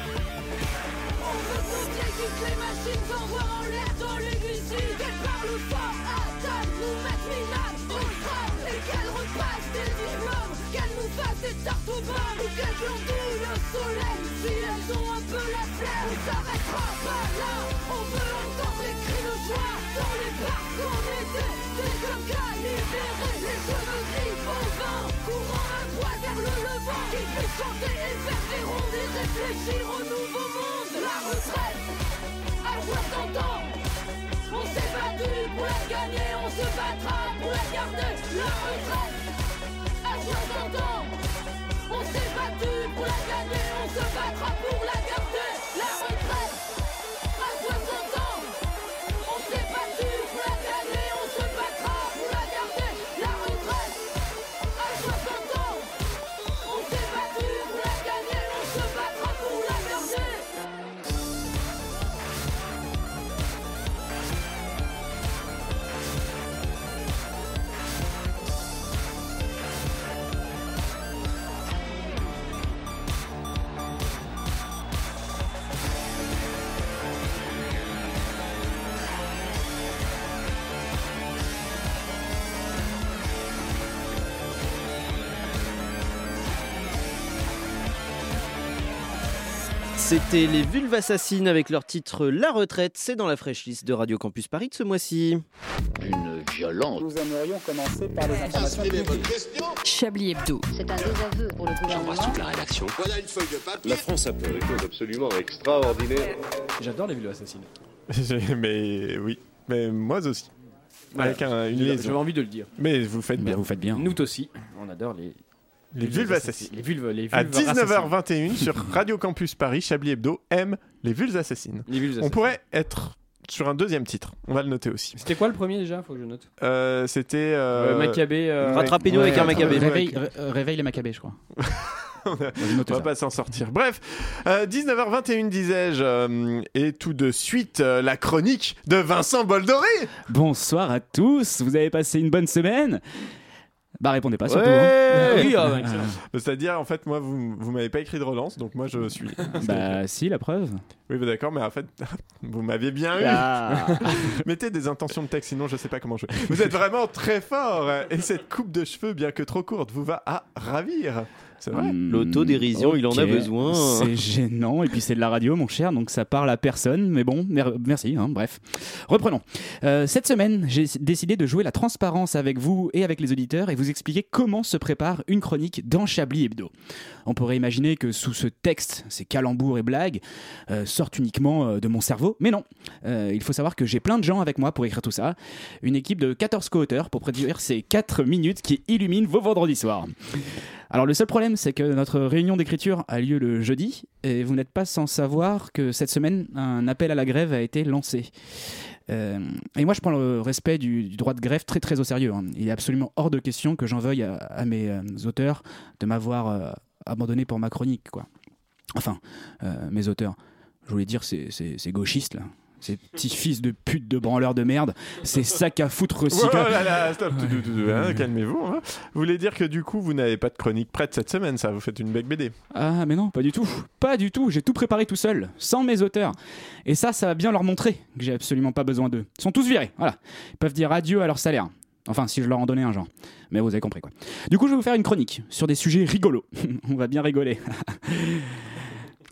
G: On veut sauter toutes les machines, envoie en l'air dans les musiques Et par le fort, attaque, nous mettre minables au crâne Et qu'elle repasse des diplômes, qu'elle nous fasse des tartes aux pommes Ou qu'elle glandouille au soleil, si elles ont un peu la flemme On s'arrêtera pas là, on veut entendre les cris de joie Dans les parcs en été, des hommes gars libérés Les cheveux gris au vent, courant un bois vers le levant Qui fait chanter et faire des rondes et réfléchir au nouveau monde La retraite, à 60 ans On s'est battu pour la gagner, on se battra pour la garder La retraite, à 60 ans On s'est battu pour la gagner, on se battra pour la garder La retraite, à 60 ans On s'est battu pour la gagner, on se battra pour la garder La retraite, à 60 ans On s'est battu pour la gagner, on se battra pour la garder La retraite, à 60 ans,
A: C'était les Vulves Assassines avec leur titre La Retraite. C'est dans la fraîche liste de Radio Campus Paris de ce mois-ci. Une violence.
M: Nous aimerions commencer par les informations
H: Chablis Hebdo.
M: C'est un désaveu pour le gouvernement.
I: toute la rédaction. Voilà une feuille de
E: La France a fait des choses absolument extraordinaires.
K: J'adore les vidéos assassines.
C: mais oui, mais moi aussi.
K: Voilà.
C: Avec un- une
K: J'avais-
C: liaison.
K: j'avais envie de le dire.
C: Mais vous faites bien.
J: Vous faites Eh bien.
K: Nous aussi, on adore les.
C: Les vulves assassines.
K: Les vulves, les vulves
C: À
K: assassines.
C: 19h21 sur Radio Campus Paris, Chablis Hebdo aime les vulves assassines.
K: Les vulves
C: On
K: assassines.
C: pourrait être sur un deuxième titre. On va le noter aussi.
K: C'était quoi le premier déjà Faut que je note.
C: Euh, C'était.
K: Euh,
C: Euh...
K: Maccabée, euh,
A: Rattrapez-nous avec un Maccabée.
J: Réveille, ré- euh, réveille les
C: [LAUGHS]
J: Maccabées, je crois.
C: On va pas s'en sortir. Bref, euh, 19h21 disais-je, euh, et tout de suite euh, la chronique de Vincent Boldoré.
J: Bonsoir à tous, vous avez passé une bonne semaine Bah répondez pas surtout. hein.
C: Ouais.
J: Euh,
C: C'est-à-dire en fait moi vous vous m'avez pas écrit de relance donc moi je suis.
J: Bah si, la preuve.
C: Oui bah, d'accord mais en fait [LAUGHS] vous m'aviez bien eu.
J: Ah.
C: [LAUGHS] Mettez des intentions de texte sinon je sais pas comment jouer. Vous êtes vraiment très fort euh, et cette coupe de cheveux bien que trop courte vous va à ravir. C'est vrai.
A: L'autodérision, il en a
J: Hmm, Ok.
A: besoin.
J: C'est gênant, et puis c'est de la radio, mon cher, donc ça parle à personne, mais bon, mer- merci, hein, bref. Reprenons. Euh, cette semaine, j'ai décidé de jouer la transparence avec vous et avec les auditeurs et vous expliquer comment se prépare une chronique dans Chablis Hebdo. On pourrait imaginer que sous ce texte, ces calembours et blagues euh, sortent uniquement euh, de mon cerveau, mais non. Euh, il faut savoir que j'ai plein de gens avec moi pour écrire tout ça. Une équipe de 14 co-auteurs pour produire ces 4 minutes qui illuminent vos vendredis soirs. Alors le seul problème, c'est que notre réunion d'écriture a lieu le jeudi, et vous n'êtes pas sans savoir que cette semaine, un appel à la grève a été lancé. Euh, et moi, je prends le respect du, du droit de grève très très au sérieux. hein. Il est absolument hors de question que j'en veuille à, à mes euh, auteurs de m'avoir euh, abandonné pour ma chronique, quoi. Enfin, euh, mes auteurs. Je voulais dire, c'est, c'est, c'est gauchiste là. Ces petits fils de pute de branleurs de merde, ces sacs à foutre
C: Oh
J: recyclables.
C: là là, stop, tout, tout, tout, tout, hein, calmez-vous. hein. Vous voulez dire que du coup vous n'avez pas de chronique prête cette semaine, ça vous faites une bec BD.
J: Ah mais non, pas du tout, pas du tout, j'ai tout préparé tout seul, sans mes auteurs. Et ça, ça va bien leur montrer que j'ai absolument pas besoin d'eux. Ils sont tous virés, voilà. Ils peuvent dire adieu à leur salaire. Enfin, si je leur en donnais un genre. Mais vous avez compris quoi. Du coup, je vais vous faire une chronique sur des sujets rigolos. [LAUGHS] On va bien rigoler.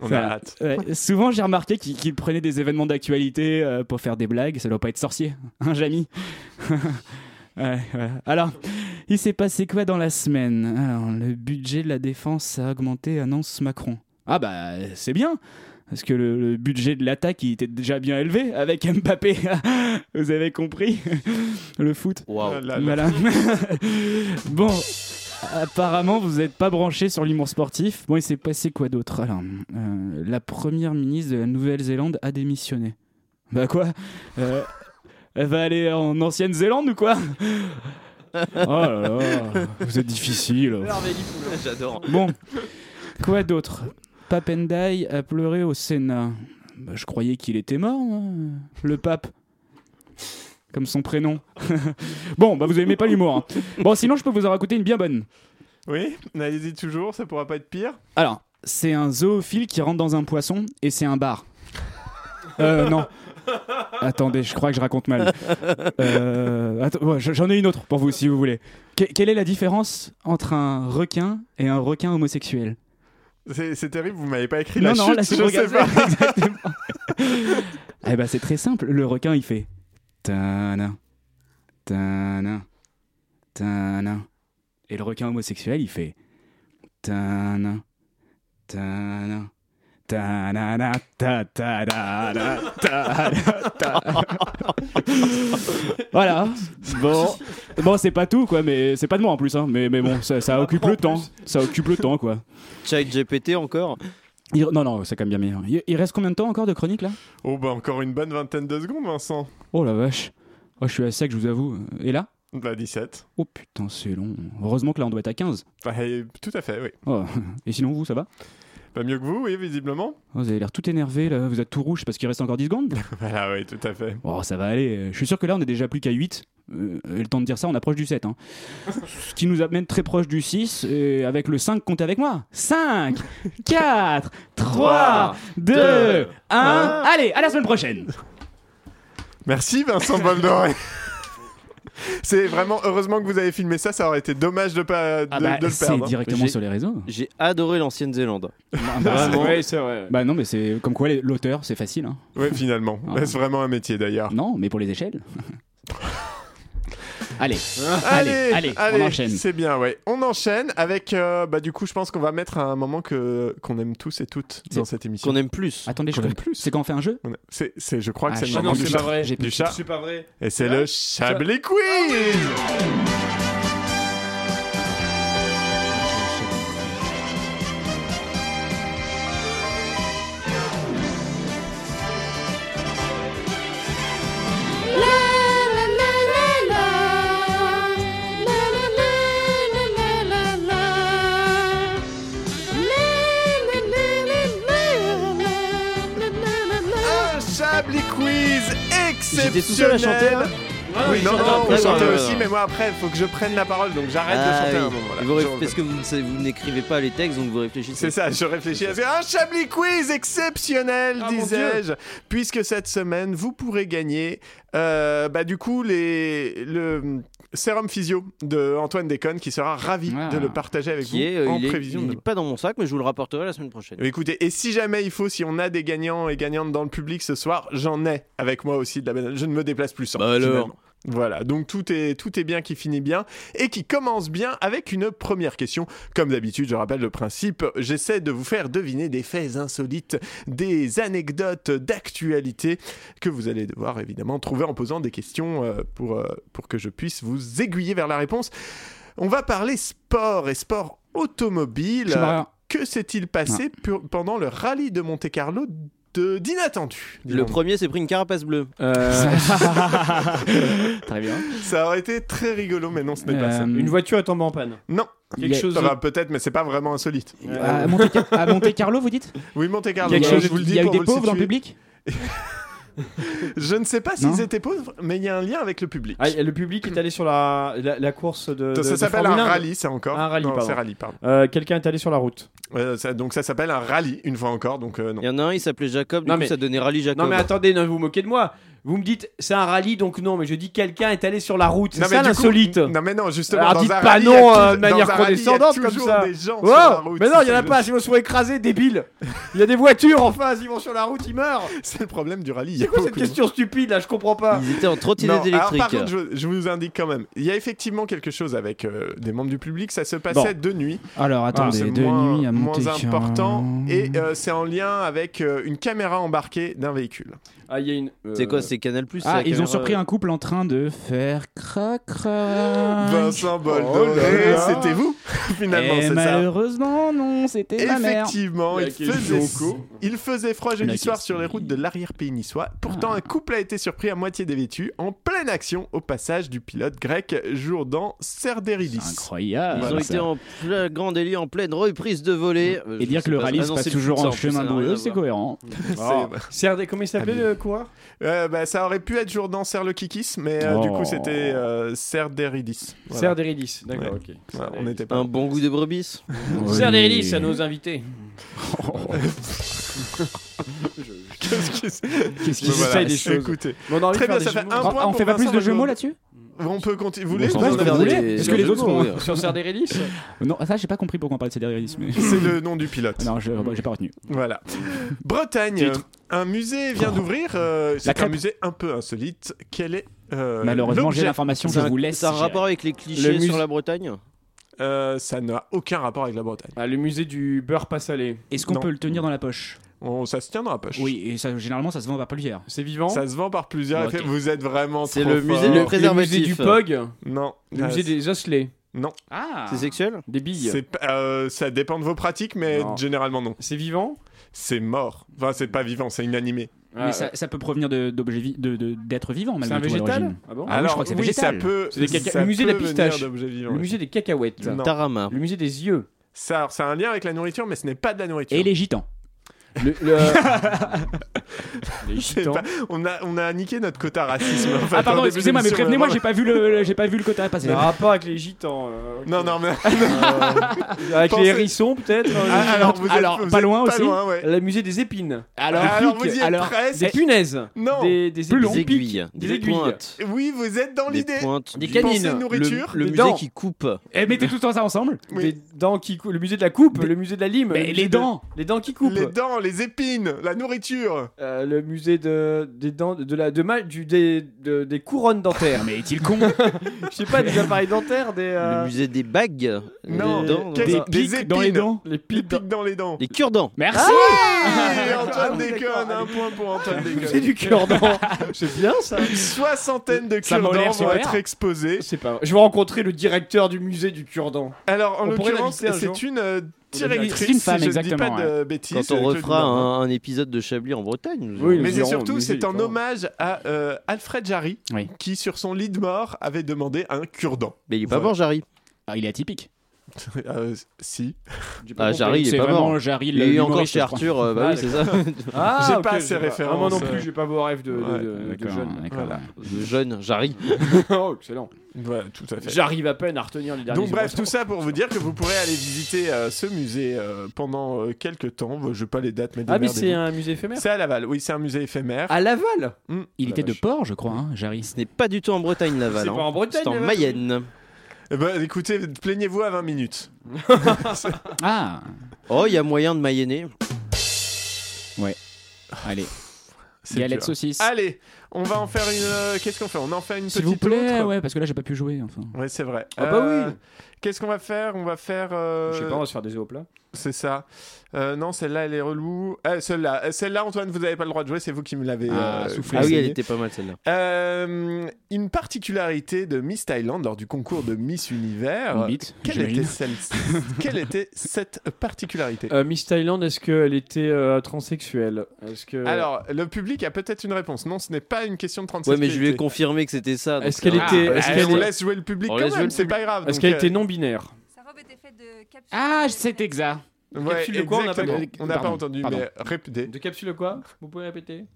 C: On a
J: Voilà.
C: hâte.
J: Ouais, souvent, j'ai remarqué qu'ils qu'ils prenaient des événements d'actualité euh, pour faire des blagues. Ça doit pas être sorcier, [LAUGHS] hein, Jamy Ouais, ouais. Alors, il s'est passé quoi dans la semaine Alors, le budget de la défense a augmenté, annonce Macron. Ah bah, c'est bien parce que le, le budget de l'attaque il était déjà bien élevé avec Mbappé. [LAUGHS] Vous avez compris le foot.
C: Waouh. Là, là.
J: Voilà.
C: [LAUGHS]
J: bon, apparemment vous n'êtes pas branché sur l'humour sportif. Bon, il s'est passé quoi d'autre Alors, euh, la première ministre de la Nouvelle-Zélande a démissionné. Bah quoi Euh, Elle va aller en ancienne Zélande ou quoi Oh là là, vous êtes difficile.
A: J'adore.
J: Bon, quoi d'autre Papendai a pleuré au Sénat. Bah, je croyais qu'il était mort, moi. le pape. Comme son prénom. bon, bah vous aimez pas l'humour. hein. Bon, sinon je peux vous en raconter une bien bonne.
C: Oui, allez-y toujours, ça pourra pas être pire.
J: Alors, c'est un zoophile qui rentre dans un poisson et c'est un bar. Euh, non. Attendez, je crois que je raconte mal. Euh, atten- ouais, je- J'en ai une autre pour vous si vous voulez. Que- quelle est la différence entre un requin et un requin homosexuel
C: C'est c'est terrible, vous m'avez pas écrit
J: Non,
C: la
J: non,
C: chute,
J: la
C: je
J: chute,
C: sais
J: regarde. [LAUGHS]
C: pas.
J: Eh ben c'est très simple, le requin il fait tana tana tana et le requin homosexuel il fait tana tana tanana ta ta da da, ta da, ta.
C: [LAUGHS]
J: Voilà. Bon, bon c'est pas tout quoi, mais c'est pas de moi en plus hein, mais mais bon ça, ça occupe le temps, ça occupe le temps quoi.
A: Chat GPT encore.
J: Il- Non non, c'est quand même bien meilleur. Il- il reste combien de temps encore de chronique là
C: Oh bah encore une bonne vingtaine de secondes Vincent.
J: Oh la vache. Oh, je suis à sec, je vous avoue. Et là
C: Bah 17.
J: Oh putain, c'est long. Heureusement que là, on doit être à 15.
C: Bah, eh, tout à fait, oui.
J: Oh, [LAUGHS] Et sinon, vous, ça va
C: Pas mieux que vous, oui, visiblement. [LAUGHS]
J: Oh, Vous avez l'air tout énervé, là. Vous êtes tout rouge parce qu'il reste encore 10 [LAUGHS] secondes
C: Voilà, oui, tout à fait.
J: Oh, ça va aller. Je suis sûr que là, on est déjà plus qu'à 8. Euh, et le temps de dire ça, on approche du 7. [LAUGHS] hein. Ce qui nous amène très proche du 6. Et avec le 5, comptez avec moi. [LAUGHS] 5, 4, 3, 2, 1. Allez, à la semaine prochaine [LAUGHS]
C: Merci Vincent Boldoré. [LAUGHS] C'est vraiment heureusement que vous avez filmé ça, ça aurait été dommage de pas de,
J: Ah bah,
C: de le
J: c'est
C: perdre. hein.
J: directement J'ai- Ah, sur les [LAUGHS] réseaux.
A: J'ai adoré l'ancienne-Zélande.
J: Vraiment. Bah non, mais c'est comme quoi les- l'auteur, c'est facile. Hein.
C: Ouais, finalement.
J: Ah.
C: Bah, c'est vraiment un métier d'ailleurs.
J: Non, mais pour
C: [LAUGHS]
J: les échelles. allez,
C: Ah, Allez,
J: allez, allez, on enchaîne.
C: C'est bien, ouais. On enchaîne avec. euh, bah, du coup, je pense qu'on va mettre un moment que qu'on aime tous et toutes dans cette émission.
A: Qu'on aime plus.
J: Attendez, je
C: Qu'on aime
J: plus. C'est quand on fait un jeu
C: On a- C'est, c'est- je crois
J: Ah,
C: que c'est le
J: chat.
C: moment
J: Non,
C: du
J: c'est
C: chat.
J: pas vrai. J'ai-
C: Du chat.
J: c'est
K: pas vrai.
C: Et c'est le Chablis Quiz. Un Chablis Quiz exceptionnel.
A: J'étais tout seul à chanter, hein. là
C: Oui,
A: Oui,
C: non,
A: je chante
C: non,
A: après,
C: on chantait
A: ouais, ouais,
C: aussi,
A: ouais.
C: mais moi après, faut que je prenne la parole, donc j'arrête
A: Ah
C: de chanter à un
A: oui.
C: moment. là.
A: Et vous
C: Je-
A: réf- Parce que vous ne savez- vous n'écrivez pas les textes, donc vous réfléchissez.
C: C'est ça, je réfléchis à ce- un Chablis Quiz exceptionnel,
A: Ah, mon
C: disais-je, puisque cette semaine, vous pourrez gagner, euh, bah, du coup, les, le euh, sérum physio de Antoine Déconne, qui sera ravi de le partager avec vous
A: Ah, Qui est, euh,
C: en
A: il est-
C: prévision
A: il
C: de...
A: n'est pas dans mon sac, mais je vous le rapporterai la semaine prochaine.
C: Écoutez, et si jamais il faut, si on a des gagnants et gagnantes dans le public ce soir, j'en ai avec moi aussi de la banane. Je ne me déplace plus sans.
A: Bah alors.
C: finalement. Voilà, donc tout est, tout est bien qui finit bien et qui commence bien avec une première question. Comme d'habitude, je rappelle le principe, j'essaie de vous faire deviner des faits insolites, des anecdotes d'actualité que vous allez devoir évidemment trouver en posant des questions euh, pour, euh, pour que je puisse vous aiguiller vers la réponse. On va parler sport et sport automobile.
J: Schumacher.
C: Que s'est-il passé
K: Ah.
C: pur- pendant le rallye de Monte Carlo de d'inattendu
A: Le
C: dis-donc.
A: premier s'est pris une carapace bleue.
C: Euh,
J: Très bien.
C: Ça aurait été très rigolo, mais non, ce n'est pas ça.
K: Une voiture est tombée en panne.
C: Non.
K: Quelque chose.
C: Ça va peut-être, mais c'est pas vraiment insolite.
K: Ah,
J: À Monte, à Monte Carlo, vous dites
C: Oui, Monte Carlo.
J: Quelque
C: je
J: chose-
C: vous le dis
J: Il y a eu
C: pour
J: des
C: vous
J: pauvres dans le
C: situer.
J: public
C: Je ne sais pas
K: Non.
C: s'ils étaient pauvres, mais il y a un lien avec le public.
K: Ah, le public est allé sur la, la, la course de. de-
C: ça
K: de
C: s'appelle
K: Formule
C: un
K: 1.
C: rallye, ça encore.
K: Un rallye,
C: Non,
K: pardon.
C: c'est rallye, pardon.
K: Euh, Quelqu'un est allé sur la route.
C: Euh, ça- donc ça s'appelle un rallye, une fois encore. Donc euh, non.
A: Il y en a un, il s'appelait Jacob, du
K: Non,
A: coup,
K: mais-
A: ça donnait Rallye Jacob.
K: Non mais attendez, non, vous vous moquez de moi. Vous me dites c'est un rallye donc non, mais je dis quelqu'un est allé sur la route. C'est
C: Non, mais
K: ça
C: du coup-
K: l'insolite.
C: non mais non, justement.
K: Alors
C: dans
K: dites
C: un
K: pas
C: rallye, il y a
K: non
C: tout-
K: euh, de
C: dans un
K: manière
C: rallye, il y a
K: condescendante comme
C: toujours
K: ça.
C: des gens
K: Oh,
C: sur la route,
K: mais non,
C: c'est
K: il y en
C: ça
K: a
C: le-
K: pas, sinon ils sont écrasés, débiles. Il y a des voitures en face, ils vont sur la route, ils meurent.
C: C'est le problème du rallye. il y
K: C'est
C: a
K: quoi cette
C: beaucoup de gens.
K: question stupide là Je comprends pas.
A: Ils étaient en
C: Non,
A: trottinette
C: alors
A: électrique.
C: par contre, je, je vous indique quand même, il y a effectivement quelque chose avec euh, des membres du public, ça se passait
J: Bon. Ah,
C: de nuit.
J: Alors, attendez,
C: Ah, c'est
J: de
C: moins-
J: nuit à Monte
C: Moins
J: Carlo.
C: important, et euh, c'est en lien avec euh, une caméra embarquée d'un véhicule.
K: Ah, il y a une. euh,
A: C'est quoi, c'est Canal Plus euh,
J: Ah, ils ont surpris un couple en train de faire crac crac.
C: Vincent Boldoré, c'était vous Bah, [LAUGHS] Finalement,
J: Et
C: c'est ça.
J: malheureusement, non, c'était ma mère.
C: Effectivement,
K: La
C: il
K: question
C: faisait,
K: co.
C: il faisait froid
J: La
C: jeudi soir
J: question-
C: sur les routes de l'arrière-pays niçois. Pourtant, un couple a été surpris à moitié dévêtu, en pleine action, au passage du pilote grec Jourdan Serderidis.
J: Incroyable.
A: Ils ont été en plein grand délire, en pleine reprise de volée. Euh,
J: Et
A: je
J: dire
A: sais
J: que le
A: pas,
J: rallye
A: ah
J: se
A: non,
J: passe
A: c'est
J: toujours en
A: Luxembourg, ça
J: chemin
A: n'a
J: douloureux,
A: rien à
J: c'est
A: voir.
J: cohérent.
K: Ah,
C: C'est-
K: c'est un- Comment il s'appelait
C: Habillé.
K: le coureur
C: Euh, bah, ça aurait pu être Jourdan Serre le Kikis, mais euh, du
J: Oh.
C: coup c'était euh, Serre Deridis. Voilà.
K: Serderidis, d'accord,
C: Ouais.
K: ok.
C: Voilà, on
J: [LAUGHS]
C: était pas.
A: Un bon goût de brebis.
K: Serderidis à nos invités.
C: Qu'est-ce que c'est
J: Qu'est-ce
C: Mais
J: qu'ils
C: voilà,
J: essayent des choses
C: Écoutez,
K: Bon, on a envie de
C: très
K: faire
C: bien,
K: des
C: ça fait un
K: jeux de mots.
C: point.
J: On
C: pour
J: fait pas plus
C: Vincent
J: de jeux de mots
C: Lejeune.
J: là-dessus
C: On peut continuer. Vous voulez
A: s'en
C: pas
A: fout,
C: en
A: on peut
C: avoir
A: faire
C: des-
A: des-
J: Est-ce que les
A: jeux de
J: autres
A: mots,
J: ont-
A: oui.
K: Sur Serderidis
J: Non, ça j'ai pas compris pourquoi on parlait de Cédric mais
C: C'est le nom du pilote.
J: non, je- j'ai pas retenu.
C: Voilà. Bretagne.
J: Titre.
C: Un musée vient d'ouvrir. euh, c'est un
J: crêpe.
C: musée un peu insolite. Quel est euh,
J: Malheureusement, j'ai
C: l'objet
J: l'information, je
A: Ça a-
J: vous laisse.
A: Ça a un
J: gérer.
A: rapport avec les clichés
K: Le mus-
A: sur la Bretagne
C: Euh, Ça n'a aucun rapport avec la Bretagne.
K: [LAUGHS] Ah, Le musée du beurre pas salé.
J: Est-ce qu'on
C: Non.
J: peut le tenir dans la poche
C: On- ça se tient dans la poche.
J: Oui, et ça, généralement ça se vend par plusieurs.
K: C'est vivant
C: Ça se vend par plusieurs.
J: Ok.
C: effets. Vous êtes vraiment.
A: C'est
C: trop
A: le musée
C: fort.
A: de-
K: Le musée
A: Préservatif.
K: du POG,
C: Non.
K: le
C: Ah,
K: musée des osselets,
C: Non.
J: Ah
A: C'est sexuel
K: des billes.
C: C'est pas- euh, ça dépend de vos pratiques, mais
K: Non.
C: généralement non.
K: C'est vivant
C: C'est mort. Enfin, c'est pas vivant, c'est inanimé.
J: Mais ça, ça peut provenir de- d'objets vi- de- de- d'êtres vivants,
K: C'est
J: malgré
K: un
J: tout. à
K: végétal
J: l'origine.
K: Ah bon
J: Ah, oui, je crois que c'est
C: oui, ça
J: végétal.
C: peut.
K: C'est des caca-
C: ça
K: le musée de la
C: peut venir
K: pistache.
C: d'objets vivants,
K: Le
C: oui.
K: musée des cacahuètes.
C: Non.
A: Tarama.
K: Le musée des yeux.
C: [LAUGHS] Ça, alors, ça a un lien avec la nourriture, mais ce n'est pas de la nourriture.
J: Et les gitans.
K: Le-
J: [LAUGHS]
K: euh,
C: Je sais pas, on, a, on a niqué notre quota racisme. en fait,
J: Ah
C: en
J: pardon,
C: début
J: excusez-moi, mais
C: d'émission,
J: prévenez-moi,
C: vraiment.
J: j'ai pas vu le, le- j'ai pas vu le quota passer.
C: Le rapport
J: avec les gitans. [LAUGHS]
C: Non, non, mais.
K: Euh, Avec
J: Pensez-
K: les hérissons, peut-être euh,
J: Ah, alors, vous êtes- vous êtes
K: pas loin
J: pas
K: aussi.
J: loin, ouais. Eh,
K: La musée des épines.
J: Alors,
K: Alors,
J: vous y êtes presque.
K: Des punaises.
C: Non.
K: Des, des
A: Plus long.
K: épines.
A: Des aiguilles.
K: Des,
A: Des
K: aiguilles.
A: pointes.
C: Oui, vous êtes dans
A: Les
C: l'idée.
A: pointes
K: Des
A: du-
K: canines.
A: Pensée nourriture. Le- le musée qui coupe.
J: Et mettez tout ça ensemble.
K: Des dents qui cou- Le musée de la coupe, le musée de la lime.
J: Mais
K: le musée
J: les
K: de-
J: dents.
K: Les dents qui coupent.
C: Les dents, les épines, la nourriture.
K: Euh, le musée de, des dents, de la, de ma- du, des, de- des couronnes [LAUGHS] dentaires.
J: mais est-il con
K: Je sais pas, des appareils dentaires, des. euh,
A: Le musée des bagues.
K: Non,
A: des dents,
K: qu'est-
A: des-
K: des
A: pics
K: épines.
A: dans les dents.
K: Les pics
C: dans, les dents.
A: Les cure-dents.
J: Merci.
C: Et
K: Ah
C: Antoine
K: oui,
C: déconne, un point pour Antoine déconne.
K: C'est du cure-dent. [LAUGHS] C'est bien ça.
C: Une soixantaine de
K: Ça m'a l'air
C: cure-dents vont
K: super.
C: être exposés.
K: C'est pas vrai. Je vais rencontrer le directeur du musée du cure-dent.
C: Alors, en
K: On pourrait
C: l'occurrence,
K: l'inviter un jour.
C: c'est une euh, directrice.
K: C'est une femme,
C: si je ne dis
K: exactement,
C: pas de
K: ouais.
C: bêtises.
A: Quand on
C: Claude
A: refera
C: Bernard.
A: un, hein. un épisode de Chablis en Bretagne, nous aurons-
C: mais c'est surtout, c'est en hommage à euh, Alfred Jarry, qui sur son lit de mort avait demandé un [LAUGHS] cure-dent.
A: Mais il est pas mort, Jarry.
J: il est atypique.
C: Euh, si.
A: Ah, Jarry, il est
J: C'est
A: pas
J: vraiment
A: mort.
J: Jarry,
A: il est encore
J: l'humoriste,
A: chez
J: je crois.
A: Arthur, euh, bah oui, c'est ça.
K: [LAUGHS] Ah,
C: J'ai
K: ok,
C: pas
K: je
C: ces
K: sais
C: références,
K: Ah, moi non
C: euh.
K: plus, j'ai pas vos rêves de, de,
C: Ouais,
A: euh,
K: de- de
J: d'accord,
K: jeune.
J: d'accord.
K: Voilà.
A: Le jeune, Jarry.
K: [LAUGHS] oh, excellent.
C: Ouais, tout à fait.
K: J'arrive à peine à retenir les derniers.
C: Donc bref,
K: secondes.
C: tout ça pour vous dire que vous pourrez aller visiter euh, ce musée euh, pendant euh, quelques temps. Je sais pas les dates, mais
K: Ah, mais
C: démerdez-vous.
K: c'est un musée éphémère.
C: C'est à Laval, oui, c'est un musée éphémère.
K: À Laval
J: Il
C: La
J: était de
C: vache.
J: Port, je crois, hein, Jarry.
A: Ce n'est pas du tout en Bretagne, Laval.
K: C'est
A: hein.
K: pas en Bretagne,
A: C'est en
K: Laval.
A: Mayenne.
C: Eh ben, écoutez, plaignez-vous à 20 minutes.
J: Ah.
A: Oh, il y a moyen de mayenner.
J: Ouais. Allez.
C: C'est
J: Galette
C: dur.
J: saucisse.
A: Ah,
C: Allez, on va en faire une. euh, Qu'est-ce qu'on fait On en fait une
J: S'il
C: petite
J: vous plaît,
C: autre
J: ouais, parce que là j'ai pas pu jouer. Enfin.
C: Ouais, c'est vrai.
K: Ah bah
C: Euh,
K: oui.
C: Qu'est-ce qu'on va faire On va faire. euh,
K: Je sais pas, on va se faire des œufs au plat.
C: C'est ça. Euh, non, celle-là, elle est relou. Euh, celle-là, euh, celle-là, Antoine, vous n'avez pas le droit de jouer. C'est vous qui me l'avez
A: Ah, ah
C: euh,
A: oui, elle
C: conseillé.
A: était pas mal celle-là.
C: Euh, une particularité de Miss Thailand lors du concours de Miss Univers.
A: Ah,
J: Une bite,
C: quelle,
J: j'imagine.
C: était celle quelle était cette particularité
K: Euh, Miss Thailand, est-ce qu'elle était euh, transsexuelle Est-ce que.
C: Alors, le public a peut-être une réponse. Non, ce n'est pas une question de 37
A: Ouais, mais je lui ai confirmé que c'était ça. donc euh, ça
K: Est-ce qu'elle
A: va.
K: était- est-ce
C: Ah,
K: qu'elle
C: on
K: est-
C: laisse jouer le public
A: On
C: quand
A: laisse jouer
C: même,
A: le
C: c'est pas grave.
K: Est-ce
C: donc,
K: qu'elle
C: euh,
K: était non-binaire
J: Ah, c'est exact.
C: euh, ouais,
K: capsule de quoi, on n'a pas-
C: exactement. On n'a pas
J: Pardon,
C: entendu,
J: pardon.
C: mais répétez.
K: De capsule quoi Vous pouvez répéter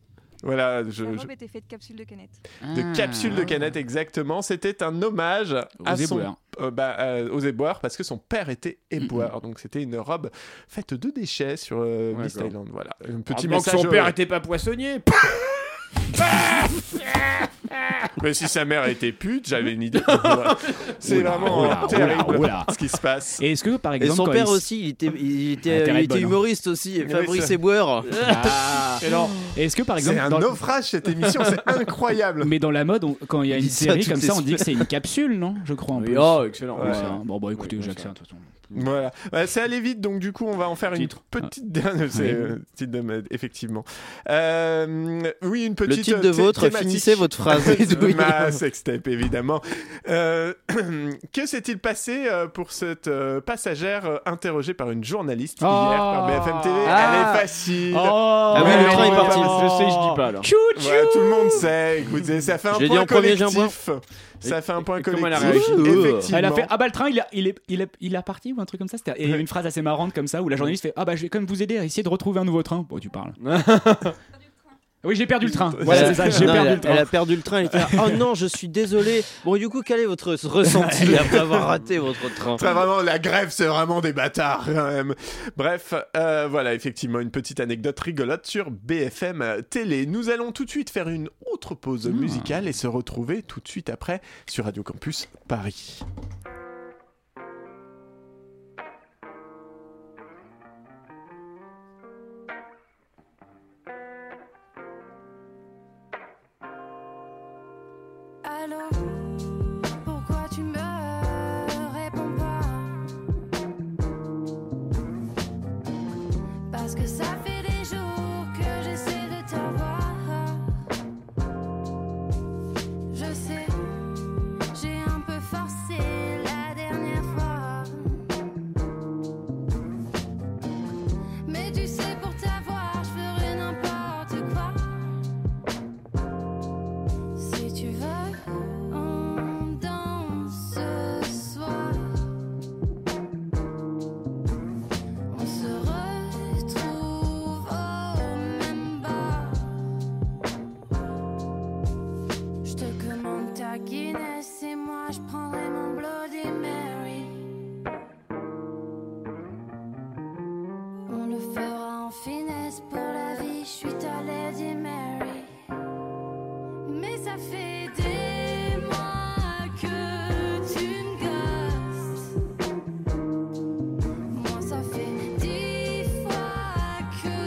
C: Voilà, je-
N: La
C: je-
N: robe était faite de capsules de canette.
C: de capsule de canette, exactement. C'était un hommage à son,
J: éboueurs. Hmm,
C: euh, bah, euh, aux éboires parce que son père était éboire. Donc c'était une robe faite de déchets sur euh, Miss
K: D'accord.
C: Thailand. Voilà, un
K: Petit
C: petit
K: que
C: message.
K: son père
C: euh,
K: était pas poissonnier
C: [LAUGHS]
J: [LAUGHS]
C: Mais si sa mère était pute, j'avais une idée.
J: [LAUGHS]
C: Voilà. C'est
J: Oula,
C: vraiment
J: oula,
C: terrible
J: oula, oula.
C: ce qui se passe.
J: Et est-ce que par
A: Et
J: exemple.
A: son
J: quand
A: père
J: il s-
A: aussi, il était, il était,
J: Ah, t'es
A: il
J: raide,
A: était
J: bonne, hein.
A: humoriste aussi, Fabrice
C: ça-
A: Eboueur.
J: Ah.
K: Excellent.
J: Est-ce que par
C: C'est
J: exemple.
C: un
J: dans-
C: naufrage cette émission,
J: [LAUGHS]
C: c'est incroyable.
J: Mais dans la mode, on- quand il y a
A: Il
J: une
A: dit ça
J: série
A: toutes
J: comme
A: les Ah,
J: ça, on dit
A: semaines.
J: que c'est une capsule, non Je crois. en
K: Oui,
J: plus.
K: oh, excellent.
J: Ouais,
K: oui,
J: ça,
K: ça.
J: Bon, bon, écoutez,
K: Oui,
J: j'accepte. de toute façon.
C: Voilà, Ouais, c'est allé vite, donc du coup, on va en faire
J: Titre.
C: une petite
A: Ah.
C: dernière. [LAUGHS] c'est, euh, titre de mode, effectivement. Euh, oui, une petite.
A: Le titre
C: euh,
A: de
C: thé-
A: votre,
C: thématique.
A: finissez
C: [LAUGHS]
A: votre phrase. Oui.
C: Ma sextape, évidemment. Euh, [CLEARS THROAT] que s'est-il passé euh, pour cette euh, passagère euh, interrogée par une journaliste hier
J: Ah.
C: par
A: Oh.
C: BFM TV
K: Ah.
C: Elle est facile.
K: Oh,
A: Ah oui, le
K: ouais,
A: train est
K: ouais,
A: parti.
K: Je sais, je dis pas là.
J: Tchou tchou
C: Voilà, tout le monde sait. Écoutez, ça fait un
A: J'ai dit
C: point
A: en premier, j'ai un
C: collectif. Ça fait un point
K: et comment elle a
C: collectif.
A: réagi
C: Effectivement.
J: Elle a fait Ah bah le train il est il est il est il est parti ou un truc comme ça c'était et une phrase assez marrante comme ça où la journaliste fait Ah bah je vais comme vous aider à essayer de retrouver un nouveau train. Bon
C: [LAUGHS]
J: tu parles. Oui j'ai perdu le train. Voilà c'est ça j'ai
A: Non, elle,
J: perdu
A: a-
J: le train.
A: elle a perdu le train. Elle était là, oh non, je suis désolé. Bon, du coup, quel est votre ressenti après avoir raté votre train
C: Très vraiment, la grève, c'est vraiment des bâtards quand même. Bref, euh, voilà, effectivement, une petite anecdote rigolote sur BFM euh, Télé. Nous allons tout de suite faire une autre pause musicale et se retrouver tout de suite après sur Radio Campus Paris.
G: Alors, pourquoi tu me réponds pas Parce que ça fait des jours que j'essaie de t'avoir. Je sais, j'ai un peu forcé la dernière fois. Mais tu sais, pour t'avoir, je ferai n'importe quoi. Si tu veux, on Bloody Mary. Mais ça fait des mois que tu me gosses. Moi, ça fait dix fois que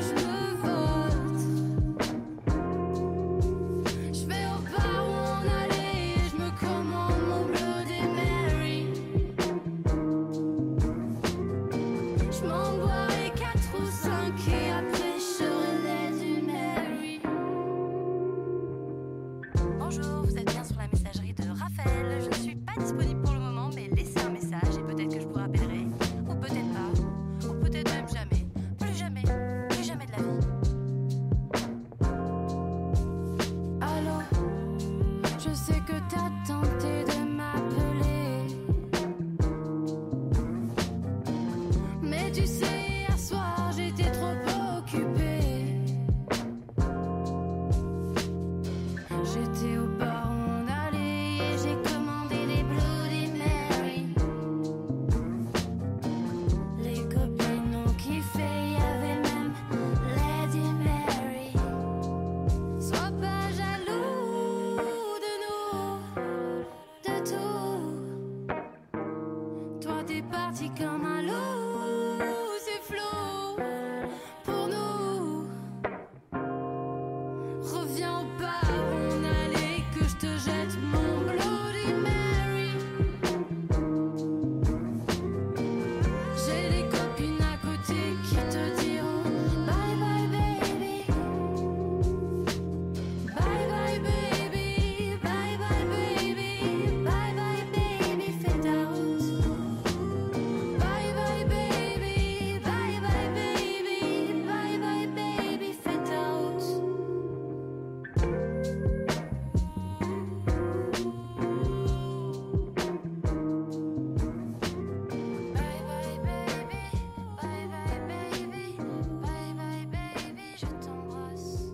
G: je me vote. Je vais au bar où on allait et je me commande mon Bloody Mary. Je m'en boirai quatre ou cinq et après je relais du Mary.
O: Bonjour, vous êtes bien sur la messagerie de Raphaël. Je ne suis pas disponible pour le moment, mais laissez un message et peut-être que je vous rappellerai. Ou peut-être pas. Ou peut-être même jamais. Plus jamais. Plus jamais de la vie.
G: Allô, je sais que t'as tenté de m'appeler. Mais tu sais, hier soir j'étais trop occupée. J'étais au bar où on allait et j'ai commandé des Bloody Mary. Les copines ont kiffé, y avait même Lady Mary. Sois pas jaloux de nous, de tout. Toi t'es parti comme un loup, c'est flou pour nous. Reviens au bar où on allait que je te jette mon Bloody Mary. J'ai les copines à côté qui te diront bye bye baby. Bye bye baby, bye bye baby, bye bye baby, fais ta route. Bye bye baby, bye bye baby, bye bye baby, fais ta route. Bye bye baby, bye bye baby, bye bye baby, je t'embrasse.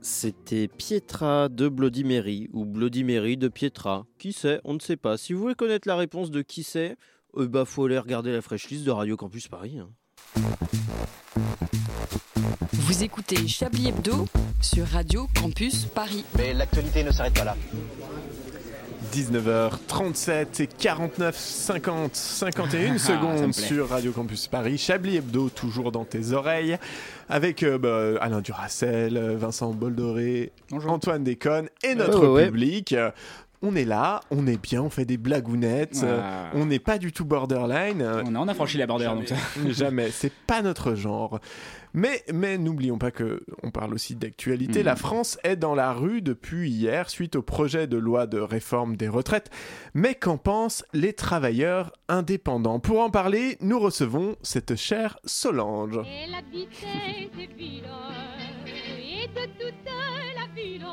A: C'était Pietra de Bloody Mary ou Bloody Mary de Pietra. Qui sait On ne sait pas. Si vous voulez connaître la réponse de qui c'est, eh bah faut aller regarder la fraîche liste de Radio Campus Paris. hein.
H: Vous écoutez Chablis Hebdo sur Radio Campus Paris.
P: Mais l'actualité ne s'arrête pas là.
C: 19h37 et 49, 50, 51
Q: Ah, ça me plaît.
C: secondes sur Radio Campus Paris. Chablis Hebdo, toujours dans tes oreilles, avec euh, bah, Alain Duracel, euh, Vincent Boldoré, Antoine Déconne et notre
A: ouais, ouais.
C: public. Euh, On est là, on est bien, on fait des blagounettes, euh,
J: Ah.
C: on n'est pas du tout borderline. euh,
J: On a, on a franchi la border. Donc
C: Jamais, jamais. c'est pas notre genre. Mais, mais n'oublions pas que on parle aussi d'actualité.
J: Mhm.
C: La France est dans la rue depuis hier suite au projet de loi de réforme des retraites. Mais qu'en pensent les travailleurs indépendants Pour en parler, nous recevons cette chère Solange.
R: Elle habitait cette ville et de toute la ville,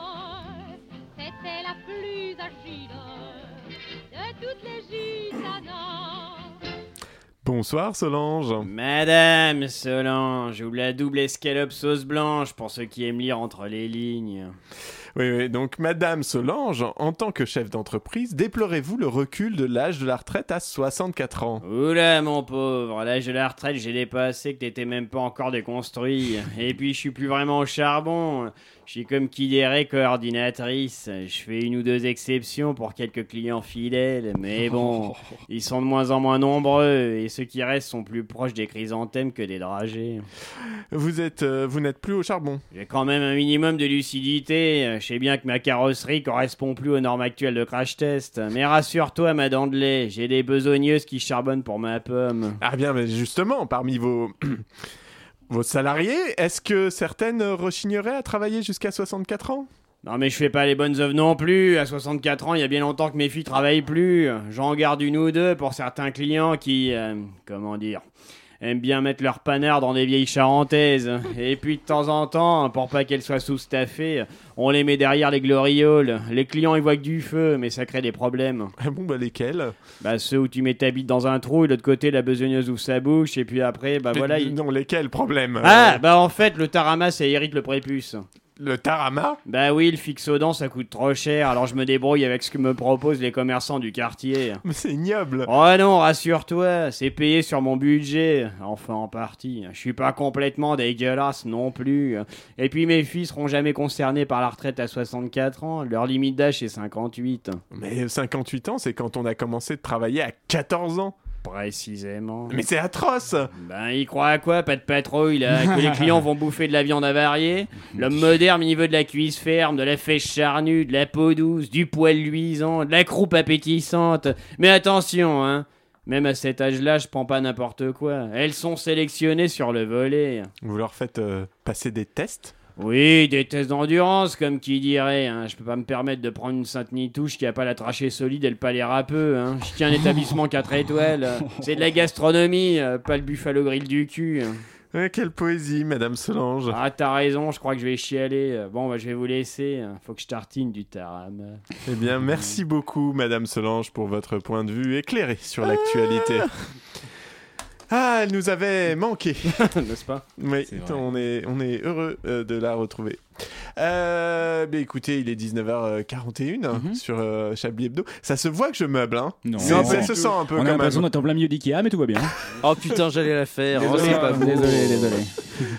R: c'était la plus agile de toutes les gitanes.
C: Bonsoir Solange.
K: Madame Solange, ou la double escalope sauce blanche pour ceux qui aiment lire entre les lignes.
C: Oui, oui, donc Madame Solange, en tant que chef d'entreprise, déplorez-vous le recul de l'âge de la retraite à 64 ans
K: Oula mon pauvre, l'âge de la retraite j'ai dépassé que t'étais même pas encore déconstruit. Et puis je suis plus vraiment au charbon. Je suis comme Kidéré coordinatrice. Je fais une ou deux exceptions pour quelques clients fidèles. Mais bon, ils sont de moins en moins nombreux. Et ceux qui restent sont plus proches des chrysanthèmes que des dragées.
C: Vous êtes, euh, vous n'êtes plus au charbon.
K: J'ai quand même un minimum de lucidité. Je sais bien que ma carrosserie correspond plus aux normes actuelles de crash test. Mais rassure-toi, ma dent de lait, j'ai des besogneuses qui charbonnent pour ma pomme.
C: Ah bien, mais justement, parmi vos, [CLEARS THROAT] vos salariés, est-ce que certaines rechigneraient à travailler jusqu'à 64 ans
K: Non mais je fais pas les bonnes œuvres non plus. À 64 ans, il y a bien longtemps que mes filles travaillent plus. J'en garde une ou deux pour certains clients qui, euh, comment dire, aiment bien mettre leur panard dans des vieilles charentaises. Et puis de temps en temps, pour pas qu'elles soient sous-staffées, on les met derrière les glorioles. Les clients ils voient que du feu, mais ça crée des problèmes.
C: Ah bon bah lesquels
K: Bah ceux où tu mets ta bite dans un trou et de l'autre côté la besogneuse ouvre sa bouche et puis après bah
C: Mais
K: voilà. bah,
C: Non, lesquels problème Euh,
K: Ah bah en fait le taramas ça irrite le prépuce.
C: Le tarama
S: Bah oui, le fixodent, ça coûte trop cher, alors je me débrouille avec ce que me proposent les commerçants du quartier.
C: Mais c'est ignoble
S: Oh non, rassure-toi, c'est payé sur mon budget. Enfin, en partie. Je suis pas complètement dégueulasse non plus. Et puis mes filles seront jamais concernés par la retraite à 64 ans. Leur limite d'âge est 58.
C: Mais 58 ans, c'est quand on a commencé de travailler à 14 ans.
S: Précisément.
C: Mais c'est atroce
S: Ben, il croit à quoi Pas de patrouille, là Que les clients vont bouffer de la viande avariée L'homme moderne, il veut de la cuisse ferme, de la fèche charnue, de la peau douce, du poil luisant, de la croupe appétissante. Mais attention, hein Même à cet âge-là, je prends pas n'importe quoi. Elles sont sélectionnées sur le volet.
C: Vous leur faites euh, passer des tests
S: Oui, des tests d'endurance, comme qui dirait. hein. Je peux pas me permettre de prendre une sainte nitouche qui a pas la trachée solide et le palais râpeux. Hein. Je tiens un établissement 4 étoiles. C'est de la gastronomie, euh, pas le buffalo grill du cul. hein.
C: Ouais, Euh, Quelle poésie, Madame Solange
S: [LAUGHS] Ah, t'as raison, je crois que je vais chialer. Bon, bah, je vais vous laisser. Faut que je tartine du tarama.
C: Eh bien, merci beaucoup, Madame Solange, pour votre point de vue éclairé sur l'actualité. Ah, elle nous avait manqué.
S: N'est-ce [LAUGHS] pas
C: Oui,
S: C'est vrai.
C: on est, on est heureux euh, de la retrouver. Euh, mais écoutez, il est 19h41 sur euh, Chablis Hebdo. Ça se voit que je meuble, hein C'est-
J: Non,
C: Ça
J: pas
C: se
J: du
C: sent
J: tout.
C: un peu
J: On a
C: quand
J: l'impression
C: même.
J: d'être en plein milieu d'Ikea, mais
C: [LAUGHS]
J: tout va bien.
A: Oh putain, j'allais la faire. Oh, c'est pas beau.
J: désolé, désolé.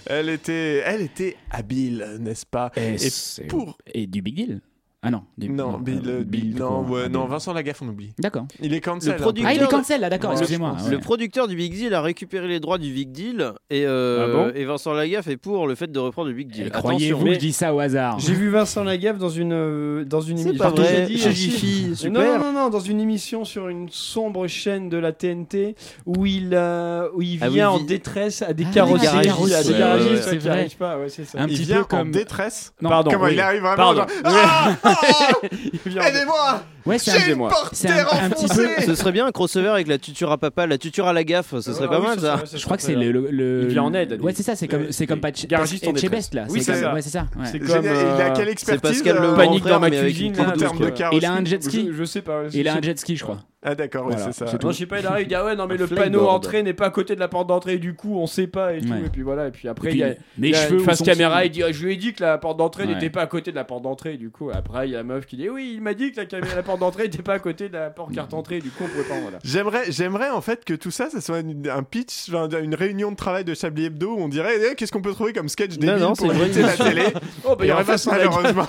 C: Elle était, elle était habile, n'est-ce pas
J: Et,
C: Et pour...
J: et du Big Deal Ah non, du-
C: Non, Bill,
J: euh,
C: Bill,
J: Bill,
C: non,
J: quoi.
C: ouais,
J: Ah,
C: non,
J: Bill.
C: Vincent Lagaffe, on oublie.
J: D'accord.
C: Il est
A: Le
C: cancel. hein. un peu.
A: producteur-
J: Ah, il est cancel, là, d'accord,
A: Ouais,
J: excusez-moi.
A: je pense.
J: ouais.
A: Le producteur du Big Deal a récupéré les droits du Big Deal et, euh,
K: Ah bon
A: et Vincent Lagaffe est pour le fait de reprendre le Big
J: Eh,
A: Deal.
K: croyez-vous
A: Attention,
K: que je
J: dis ça au hasard
K: J'ai vu Vincent Lagaffe dans une euh, dans une
A: C'est
K: émission.
A: pas vrai,
K: J'ai dit,
A: chez
K: ah,
A: Jiffy,
K: si.
A: super.
K: Non, non, non, dans une émission sur une sombre chaîne de la TNT où il euh, où il
A: Ah oui,
K: vient
A: il
K: en
A: vit-
K: détresse à des
A: Ah,
K: carrossiers,
A: des garagistes,
K: à des
A: ouais,
K: garagistes,
A: ouais,
K: ouais,
A: c'est
K: qui
A: vrai.
K: arrivent pas. Ouais, c'est ça.
C: Il vient en détresse.
J: Non, pardon,
C: Comment
J: oui.
C: il arrive vraiment
J: Pardon.
C: genre, Ah [LAUGHS] Ah Aidez-moi
J: Ouais, c'est un-
C: J'ai une
J: Excusez-moi. C'est
C: portière
J: un- un petit peu-
C: enfoncée
A: Ce serait bien un crossover avec la tuture à papa, la tuture à la gaffe, ce serait
J: Ah
A: pas
J: oui,
A: mal
J: ça
A: ça.
J: serait- ça Je crois que serait c'est pas le- mal. le- Il vient en aide à Ouais, des- c'est ça, c'est comme- c'est comme pas chez-
A: Garagiste
J: chez-
A: en
J: chez
A: détresse.
J: Best, là,
A: Oui,
J: c'est comme- ouais, c'est ça, ouais.
K: C'est
J: Génial,
K: comme
J: il a
K: euh,
J: quelle
A: C'est Pascal
C: hein.
K: euh,
A: Le Grand
K: panique
A: Frère,
K: dans ma
A: mais avec
K: cuisine
A: une
K: là,
A: pompe
K: parce
A: douce,
K: que-
A: quoi.
J: Il a un jet ski
K: Je, je sais pas. ouais,
J: Il a
K: je-
J: un jet ski, je crois.
C: Ah d'accord, oui,
J: Voilà,
C: c'est ça.
J: c'est tout.
K: Non, je sais pas, il arrive, il dit ah ouais, non, mais
J: Un
K: le panneau
J: flyboard.
K: entrée n'est pas à côté de la porte d'entrée, du coup, on sait pas et tout.
J: Ouais.
K: Et puis voilà, et puis après,
J: Et puis,
K: il y a,
J: les
K: il y a
J: cheveux
K: une
J: où
K: face
J: sont-
K: caméra, il dit ah, je lui ai dit que la porte d'entrée
J: Ouais.
K: n'était pas à côté de la porte d'entrée, du coup. Après, il y a la meuf qui dit oui, il m'a dit que la, caméra, la porte d'entrée n'était pas à côté de la porte
J: Mm.
K: carte entrée, du coup, on pouvait pas, voilà.
C: J'aimerais, j'aimerais en fait que tout ça, ça soit une- un pitch, enfin, une réunion de travail de Chablis Hebdo où on dirait eh, qu'est-ce qu'on peut trouver comme sketch débile
A: non, c'est
C: pour
A: une
C: éviter la
A: réunion.
C: télé.
K: Oh, bah, il y
C: Et en
K: aurait
C: fait,
K: Vincent Lagaffe.
C: malheureusement.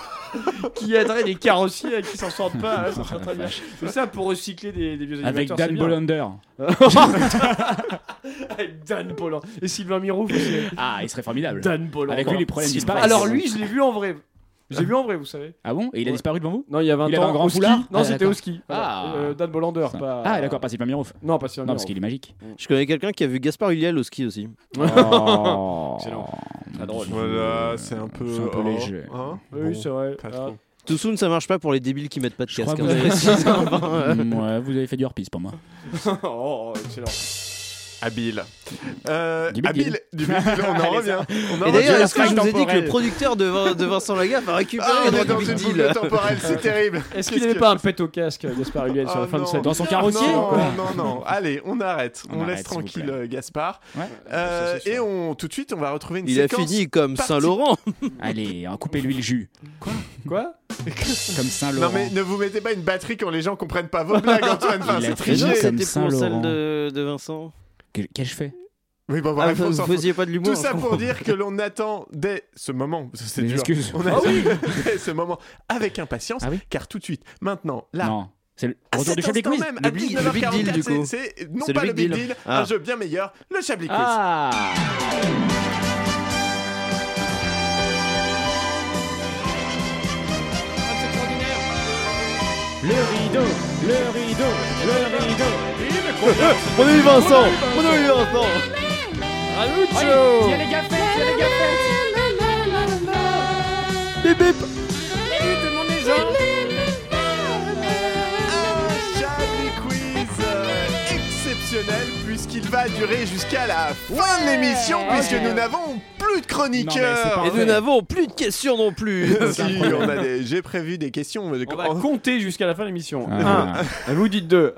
K: qui aiderait des carrossiers et qui s'en sortent pas, ouais, ça serait très bien. C'est ça pour recycler des, des vieux
J: Avec
K: animateurs.
J: Dan
K: c'est bien.
J: Bolander.
K: Avec Dan Bolland. Et Sylvain Mirouf aussi.
J: Ah, il serait formidable.
K: Dan Bolland.
J: Avec lui, les problèmes disparaissent.
K: Alors lui, je l'ai vu en vrai. J'ai vu en vrai, vous savez.
J: Ah bon Et il a
K: Ouais.
J: disparu devant vous
K: Non, il y a 20
J: Il avait
K: ans.
J: un grand
K: au ski.
J: foulard
K: Non,
J: Ah,
K: c'était
J: d'accord.
K: au ski. voilà.
J: Ah.
K: Euh, Dan Bolander, pas.
J: Ah, d'accord, pas Sylvain Mirouf.
K: Non, pas Sylvain
J: Non,
K: Mirouf.
J: parce qu'il est magique.
A: Je connais quelqu'un qui a vu Gaspard Ulliel au ski aussi.
J: Oh.
K: Excellent.
J: Très drôle.
C: Voilà, c'est un peu,
J: C'est un peu
C: oh,
J: léger.
C: hein
K: Oui, c'est vrai.
C: pas
K: Ah.
C: trop.
A: Tout soon, ça marche pas pour les débiles qui mettent pas de
J: Je crois
A: casque.
J: que
A: hein,
J: vous
A: je précise, enfin, euh.
J: avez... Mm, ouais, vous avez fait du hors-piste pour moi.
K: [LAUGHS] oh, excellent.
C: Habile. Euh,
J: Du Big
C: habile.
J: Deal.
C: Du Big Deal, on en
J: Allez,
C: revient.
J: ça.
C: On en
A: Et
C: revient.
A: d'ailleurs, est-ce que je vous ai dit que
J: temporel.
A: le producteur de, Vin- de Vincent Lagaffe a récupéré
C: Ah, on
A: les
C: est
A: droits
C: dans
A: du
C: une
A: Big
C: boucle
A: Deal
C: temporelle, c'est terrible.
K: Est-ce
C: Qu'est-ce
K: qu'il n'avait
C: que-
K: pas un pète au casque, Gaspard
C: [LAUGHS]
K: Huliel, sur la
C: Ah,
K: fin de
C: non.
K: sa vie
J: Dans son carrossier
C: Non,
J: ou quoi
C: non, non. Allez, on arrête. On,
J: On
C: laisse
J: arrête, s'il vous
C: tranquille
J: plaît.
C: euh, Gaspard.
J: Ouais.
C: Euh,
J: Ça, c'est sûr.
C: et on tout de suite, on va retrouver une
A: Il a
C: séquence
A: fini comme
C: parti-
A: Saint-Laurent.
J: Allez, hein, coupez-lui le jus.
K: Quoi
J: Comme Saint-Laurent.
C: Non mais ne vous mettez pas une batterie quand les gens comprennent pas vos blagues, Antoine. Enfin,
J: Il a
C: c'est
J: fini
C: triché.
J: comme
A: C'était pour celle
J: Saint-Laurent.
A: de, de Vincent.
J: Que- Qu'ai-je fait
C: Oui, bon,
A: Ah,
C: bref, on
A: vous
C: s'en
A: vous
C: fout.
A: faisiez pas de l'humour. hein,
C: Tout ça pour dire que l'on attend dès ce moment, parce que c'est
J: Des
C: dur.
J: excuses.
C: On attend dès [LAUGHS] ce moment avec impatience,
J: Ah oui
C: car tout de suite, maintenant, là,
J: Non. C'est le
C: à
J: retour
C: cet
J: du Chablis
C: instant
J: Quiz.
C: même,
A: Le
C: à
A: Big- le Big
C: 19h44,
A: Deal, du coup.
C: c'est- c'est non
A: C'est
C: pas le Big Deal,
A: Ah.
C: un jeu bien meilleur, le Chablis Quiz.
J: Ah Le rideau, le rideau, le rideau.
A: On a eu Vincent On a eu Vincent
J: Il y a les gaffettes, il y a les gaffettes.
A: Bip bip
C: Un Chablis Quiz euh, exceptionnel, puisqu'il va durer jusqu'à la fin de l'émission, puisque nous n'avons plus de chroniqueurs.
J: Non,
A: Et
J: mais
A: nous n'avons plus de questions non
C: [LAUGHS]
A: plus
C: Si, on a des- j'ai prévu des questions. mais-
K: On va compter jusqu'à la fin de l'émission.
J: Ah.
K: Un. Vous dites deux.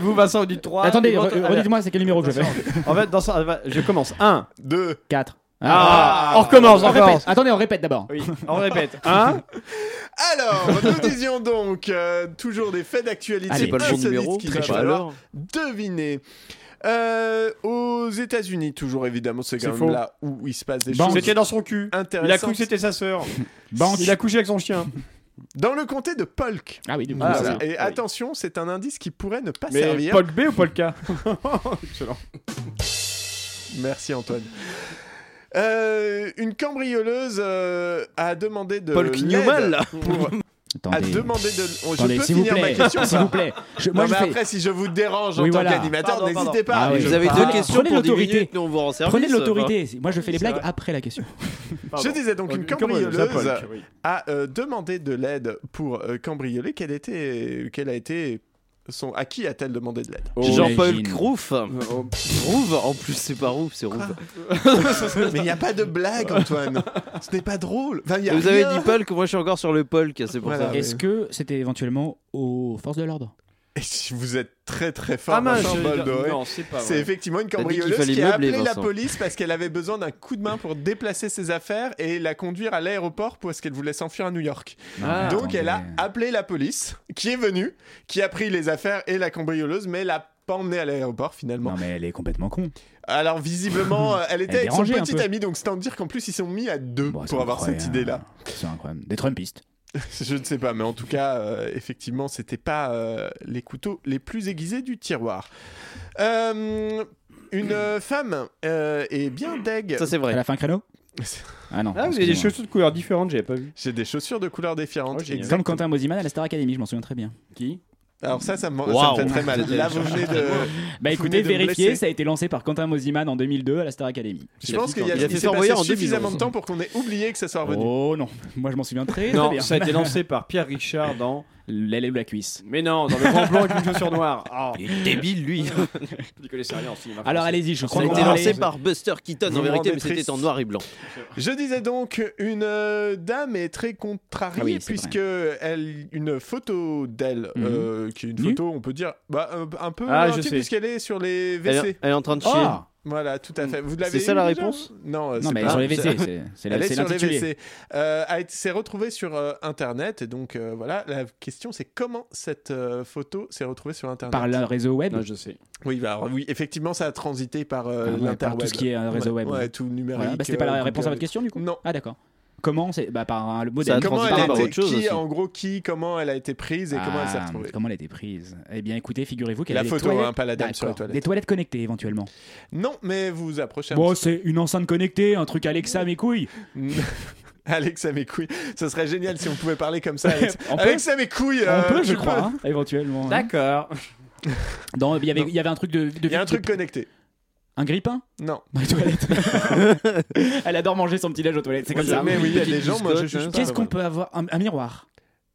K: Vous, Vincent, vous dites trois.
J: Attendez,
K: Et vous-
J: re- redites-moi c'est quel numéro que je fais.
K: En fait, dans ça, je commence. 1,
C: 2,
J: 4. Ah, on recommence, on répète. Attendez, on répète d'abord.
C: Oui,
J: on répète. Hein
S: [LAUGHS]
C: Alors, nous disions donc euh, toujours des faits d'actualité.
A: Allez, pas le bon
C: insolites
A: numéro,
C: qu'il
A: très
C: va
A: chaud.
C: falloir deviner. Euh, aux États-Unis, toujours évidemment, c'est
S: C'est
C: quand même
S: faux.
C: là où il se passe des
S: Banque.
C: choses.
S: C'était dans son cul. Il a cru
C: intéressantes.
S: que c'était sa sœur. Banque. Il a couché avec son chien.
C: Dans le comté de Polk.
J: Ah oui, du
S: coup, c'est ça.
C: Et
S: Oui.
C: attention, c'est un indice qui pourrait ne pas
D: Mais
C: servir.
D: Polk B ou Polk
C: [LAUGHS]
D: K
C: Excellent. Merci Antoine. Euh, une cambrioleuse euh, a demandé de
A: Polk
C: l'aide
A: Newman, là.
C: pour- a
J: Attendez.
C: demandé de oh,
J: Attendez,
C: je peux
J: s'il vous
C: finir
J: plaît,
C: ma question
J: s'il
C: ça.
J: vous plaît. Je- moi,
C: Non,
J: je
C: mais
J: fais-
C: après si je vous dérange en
J: Oui,
C: tant
J: voilà.
C: qu'animateur,
J: Pardon,
C: n'hésitez pas.
J: Ah oui.
C: Je
A: Vous avez
C: parle.
A: deux questions
J: Prenez
A: pour
J: de
A: 10
J: l'autorité.
A: minutes, nous on vous rend service.
J: Prenez de
A: ça va.
J: l'autorité.
C: hein.
J: Moi, je fais les blagues après la question.
C: Je disais donc une
A: Une cambrioleuse,
C: cambrioleuse
A: la Polk, oui.
C: a euh, demandé de l'aide pour euh, cambrioler. Quelle était, quelle a été son, à qui a-t-elle demandé de l'aide
A: Jean-Paul Crouf.
C: Oh,
A: Rouve, en plus c'est pas Rouve, c'est
C: Ah,
A: Rouve.
C: Mais il n'y a pas de blague, Antoine. Ce n'est pas drôle. Enfin, il y a
A: Vous avez
C: rien.
A: dit Polk, moi je suis encore sur le Polk, c'est pour ça.
J: Est-ce que c'était éventuellement aux forces de l'ordre
C: Et si vous êtes très très fort,
A: Ah mince,
C: Vincent
A: j'allais dire-
C: Boldoré,
A: non, c'est pas vrai.
C: c'est effectivement une
A: T'as dit qu'il
C: cambrioleuse
A: fallait
C: qui a
A: meubler,
C: appelé la
A: Vincent.
C: police parce qu'elle avait besoin d'un coup de main pour déplacer ses affaires et la conduire à l'aéroport parce qu'elle voulait s'enfuir à New York.
A: Non, Ah. mais
C: Donc elle a appelé la police, qui est venue, qui a pris les affaires et la cambrioleuse, mais l'a pas emmenée à l'aéroport finalement.
J: Non, mais elle est complètement con.
C: Alors
A: [LAUGHS]
C: visiblement, euh, elle
J: Elle
C: était avec son
J: dérangeait un
C: petit
J: peu.
C: ami, donc c'est à dire qu'en plus ils sont mis à deux
J: Bon, c'est
C: pour avoir cette
J: incroyable.
C: idée-là.
J: C'est incroyable. Des Trumpistes.
C: [LAUGHS] Je ne sais pas, mais en tout cas, euh, effectivement, c'était pas euh, les couteaux les plus aiguisés du tiroir. Euh, une euh, femme euh, est bien deg.
A: Ça, c'est vrai.
J: Elle a fait
C: [LAUGHS]
J: un créneau Ah
C: Ah,
J: non.
C: vous avez
J: excusez-moi.
C: des chaussures
S: de couleurs différentes, j'avais pas vu.
C: J'ai des chaussures de couleurs
A: Oh,
C: différentes.
J: Comme
C: exact.
J: Quentin Mosiman à la Star Academy, je m'en souviens très bien.
S: Qui
C: Alors ça, ça me, ça me
J: Waouh.
C: fait très mal. Là, vous
A: [LAUGHS]
C: venez de.
J: Bah
C: vous venez
J: écoutez,
C: de me
J: vérifiez,
C: blesser.
J: ça a été lancé par Quentin Mosiman en 2002 à la Star Academy.
C: Je pense qu'il y a,
J: il
C: il s'est passé suffisamment de temps pour qu'on ait oublié que ça soit revenu.
J: Oh non, moi je m'en souviens très, très
S: Non,
J: bien.
S: ça a été lancé par Pierre Richard dans.
J: L'aile ou la cuisse.
S: Mais non, dans le grand blanc avec une chaussure noire. Ah.
A: Il est débile, lui.
C: [LAUGHS]
S: Vous connaissez rien aussi. ma
J: Alors,
S: France.
J: allez-y, je
A: Ça a
J: qu'on
A: été
J: va
A: lancé
J: parler.
A: par Buster Keaton en
C: Vous me
A: vérité,
C: rendez
A: mais c'était
C: triste.
A: en noir et blanc.
C: Je disais donc, une euh, dame est très contrariée
A: Ah oui, c'est vrai.
C: puisque elle, une photo d'elle,
A: Mhm.
C: euh, qui est une photo, on peut dire, bah, un, un peu
A: Ah, je
C: intime
A: sais.
C: puisqu'elle est sur les
A: Elle,
C: WC.
A: est- elle est en train
J: Oh
A: de chier.
C: Ah. Voilà, tout
J: Hmm.
C: à fait. Vous l'avez
A: C'est ça
C: eu
A: la
C: déjà
A: réponse
C: Non, euh,
J: Non,
C: c'est
J: mais
C: pas-
J: sur les WC, c'est- c'est la-
C: Elle est
J: c'est
C: sur les
J: l'intitulé.
C: WC. Euh, a été- s'est retrouvée sur euh, Internet. Et donc, euh, voilà, la question, c'est comment cette euh, photo s'est retrouvée sur Internet
J: Par le réseau web
S: Non, je sais.
C: Oui, bah, alors, oui, effectivement, ça a transité par euh,
J: Ah ouais, par
C: l'interweb.
J: tout ce qui est euh, réseau
C: Ouais,
J: web.
C: Ouais, tout numérique.
J: Voilà, bah, c'était pas
C: euh,
J: la réponse à votre
C: numérique.
J: question du coup
C: Non.
J: Ah d'accord. Comment c'est bah, Par un- le
C: Ça
J: modèle.
C: a comment elle
J: Par
C: a
J: rapport à
C: été,
J: autre chose
C: qui,
J: aussi.
C: en gros, qui, comment elle a été prise et comment elle s'est
J: Ah,
C: retrouvée.
J: Comment elle a été prise Eh bien, écoutez, figurez-vous qu'elle
C: La
J: a des
C: photo,
J: toilettes-
C: hein, pas la dame sur la
J: D'accord.
C: toilette.
J: Des toilettes connectées éventuellement.
C: Non, mais vous vous approchez un
J: Bon,
C: petit
J: c'est une enceinte connectée, un truc Alexa,
C: [LAUGHS]
J: mes couilles.
C: Alexa, mes couilles. Ce serait génial si on pouvait parler comme ça. Alexa,
J: On peut
C: Alexa, mes couilles. euh,
J: On peut, je
C: tu
J: crois,
C: peux-
J: hein, éventuellement.
C: [LAUGHS]
J: hein.
S: D'accord.
J: Non, il y avait- il y avait un truc de. de-
C: Il y a un
J: de-
C: truc connecté.
J: Un grippin
C: Non.
J: Dans
C: [LAUGHS]
J: les toilettes. Elle adore manger son petit déj aux toilettes, c'est comme
C: Oui,
J: ça.
C: mais oui, il y a
J: Petite
C: des gens, moi, je
J: biscotte, hein.
C: juge pas,
J: Qu'est-ce
C: mais
J: qu'on
C: bon.
J: peut avoir un, un miroir.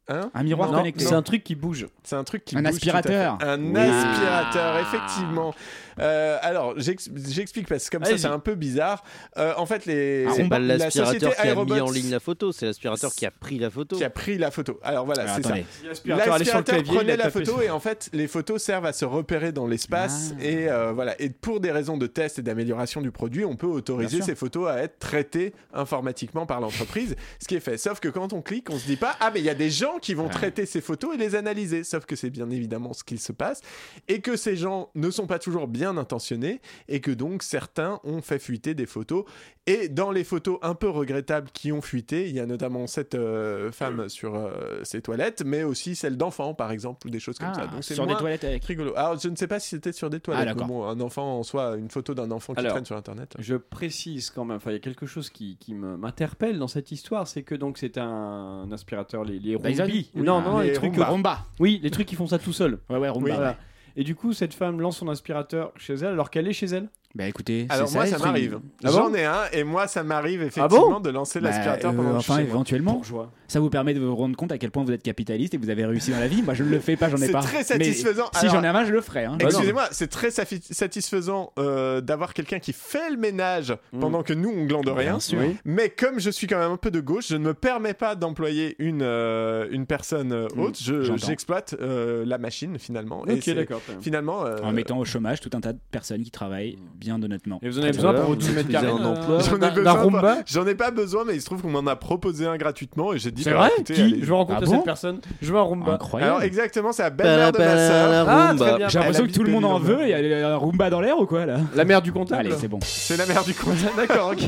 C: Hein
J: Un miroir
C: Non,
J: connecté.
C: non. C'est un
S: truc qui bouge.
C: C'est un truc qui
J: Un
C: bouge
J: aspirateur.
C: tout à fait. Un
J: Oui.
C: aspirateur, effectivement. Euh, alors, j'ex- j'explique parce que comme ça,
A: Allez-y.
C: c'est un peu bizarre. Euh, en fait, les
A: C'est pas
C: la
A: l'aspirateur
C: société
A: qui a mis en
C: Aerobots
A: ligne la photo, c'est l'aspirateur qui a pris la photo.
C: qui a pris la photo. Alors voilà,
A: Ah,
C: c'est ça.
A: attendez.
S: L'aspirateur allait sur le clavier, il
C: prenait
S: a
C: la
S: tapé
C: photo
S: sur-
C: et en fait, les photos servent à se repérer dans l'espace
A: Ah.
C: et euh, voilà. Et pour des raisons de test et d'amélioration du produit, on peut autoriser
A: Bien sûr.
C: ces photos à être traitées informatiquement par l'entreprise, ce qui est fait. Sauf que quand on clique, on se dit pas ah mais il y a des gens qui vont traiter ces photos et les analyser. Sauf que c'est bien évidemment ce qu'il se passe et que ces gens ne sont pas toujours bien intentionnés et que donc certains ont fait fuiter des photos. Et dans les photos un peu regrettables qui ont fuité, il y a notamment cette euh, femme sur euh, ses toilettes, mais aussi celle d'enfants, par exemple, ou des choses comme
J: Ah,
C: ça. Donc c'est
J: sur des
C: moins
J: toilettes Ah, avec.
C: rigolo. Alors je ne sais pas si c'était sur des toilettes, mais
S: d'accord.
C: bon, un enfant en soi, une photo d'un enfant qui
S: Alors,
C: traîne sur Internet.
S: Je précise quand même, enfin, il y a quelque chose qui, qui me- m'interpelle dans cette histoire, c'est que donc c'est un aspirateur, les, les
K: Bah,
J: Dyson
S: Roomba.
J: Oui,
K: Ah,
S: non, non,
J: les
S: les, trucs
J: Roomba.
S: Oui, les trucs qui font ça tout seul.
J: Ouais, ouais, Roomba.
S: Voilà. Et du coup, cette femme lance son aspirateur chez elle alors qu'elle est chez elle.
J: Bah écoutez,
C: Alors
J: c'est
C: moi
J: ça
C: ça,
J: être
C: m'arrive.
J: une- Ah
C: J'en ai un et moi ça m'arrive effectivement
J: bon
C: de lancer
J: Bah,
C: l'aspirateur
J: euh,
C: pendant que je hein. suis
J: Enfin,
C: chez moi.
J: éventuellement.
S: Bourgeois.
J: Ça vous permet de vous rendre compte à quel point vous êtes capitaliste et que vous avez réussi dans la vie. Moi, je ne le fais pas, j'en ai
C: C'est
J: pas.
C: très
J: Mais
C: satisfaisant.
J: si
C: Alors- bah
J: j'en ai un, main, je le ferai. hein.
C: Excusez-moi, c'est très safi- satisfaisant euh, d'avoir quelqu'un qui fait le ménage pendant que nous on glande rien.
J: Bah Bien sûr.
C: Oui. Mais comme je suis quand même un peu de gauche, je ne me permets pas d'employer une, euh, une personne euh, haute. Je-
J: j'entends.
C: J'exploite euh, la machine finalement. Et
J: Ok,
C: c'est-
J: d'accord, très bien.
C: Finalement, euh,
J: En mettant au chômage tout un tas de personnes qui travaillent bien honnêtement.
S: Et vous en avez besoin pour 10 mètres carrés, euh,
C: [LAUGHS]
K: Ah.
C: J'en ai
S: d'un-
C: besoin
S: d'un
C: pas-
S: Roomba
C: J'en ai pas besoin, mais il se trouve qu'on m'en a proposé un gratuitement et j'ai dit.
S: C'est
C: bah,
S: vrai
C: écoutez,
S: Qui
C: allez-y.
S: Je veux rencontrer Ah bon cette personne. Je veux un Roomba. Incroyable.
C: Alors exactement, c'est la belle-mère de ma sœur.
J: Ah, très bien. J'ai l'impression que tout le monde en
C: hein.
J: veut. Il y a le- un Roomba dans l'air ou quoi là
K: La mère du comptable.
J: Allez, c'est bon.
C: C'est la mère du comptable.
K: D'accord, ok.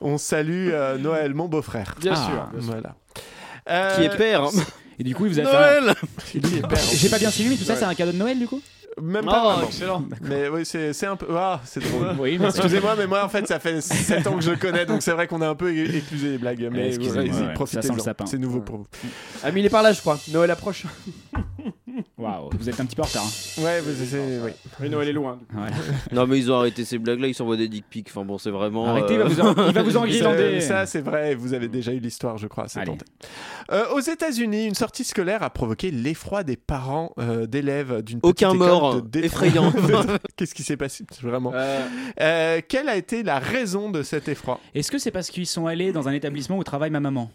C: On salue euh, Noël, mon beau-frère.
K: Bien sûr, bien sûr.
C: Voilà.
A: Qui
J: Euh,
A: est père.
J: Ah. Et du
A: [LAUGHS]
J: coup, il vous a
A: Noël
J: fait. un- J'ai pas bien suivi, mais tout ça, c'est un cadeau de Noël du coup
C: Même
J: Ah,
C: pas vraiment.
J: excellent.
C: Oh, Mais oui, c'est c'est un peu. Ah,
J: [LAUGHS]
C: c'est drôle.
J: Oui, mais c'est-
C: Excusez-moi, mais moi, en fait, ça fait 7 ans que je le connais, donc c'est vrai qu'on a un peu é- éclusé les blagues. Mais
J: Excusez-moi,
C: allez-y,
J: ouais, ça
C: profitez-en.
J: sent le sapin.
C: C'est nouveau pour vous.
K: Ami, il est par là, je crois. Noël approche.
J: Waouh, vous êtes un petit peu en retard. hein.
C: Ouais, mais c'est. Oui.
K: Oui, Noël est loin.
J: Voilà.
A: Non, mais ils ont arrêté ces blagues-là, ils s'envoient des dick pics. Enfin bon, c'est vraiment.
J: Arrêtez, il
A: euh,
J: va vous en- il va vous
A: ils
J: engueuler
A: sont-
J: dans des-
C: Euh, Ça, Oh, [LAUGHS] c'est vrai, vous avez déjà eu l'histoire, je crois, c'est tenté. Euh, aux États-Unis, une sortie scolaire a provoqué l'effroi des parents euh, d'élèves d'une petite
A: Aucun
C: école
A: mort,
C: de Détroit. [LAUGHS]
A: effrayant.
C: Qu'est-ce qui s'est passé vraiment Euh, Quelle a été la raison de cet effroi
J: Est-ce que c'est parce qu'ils sont allés dans un établissement où travaille ma maman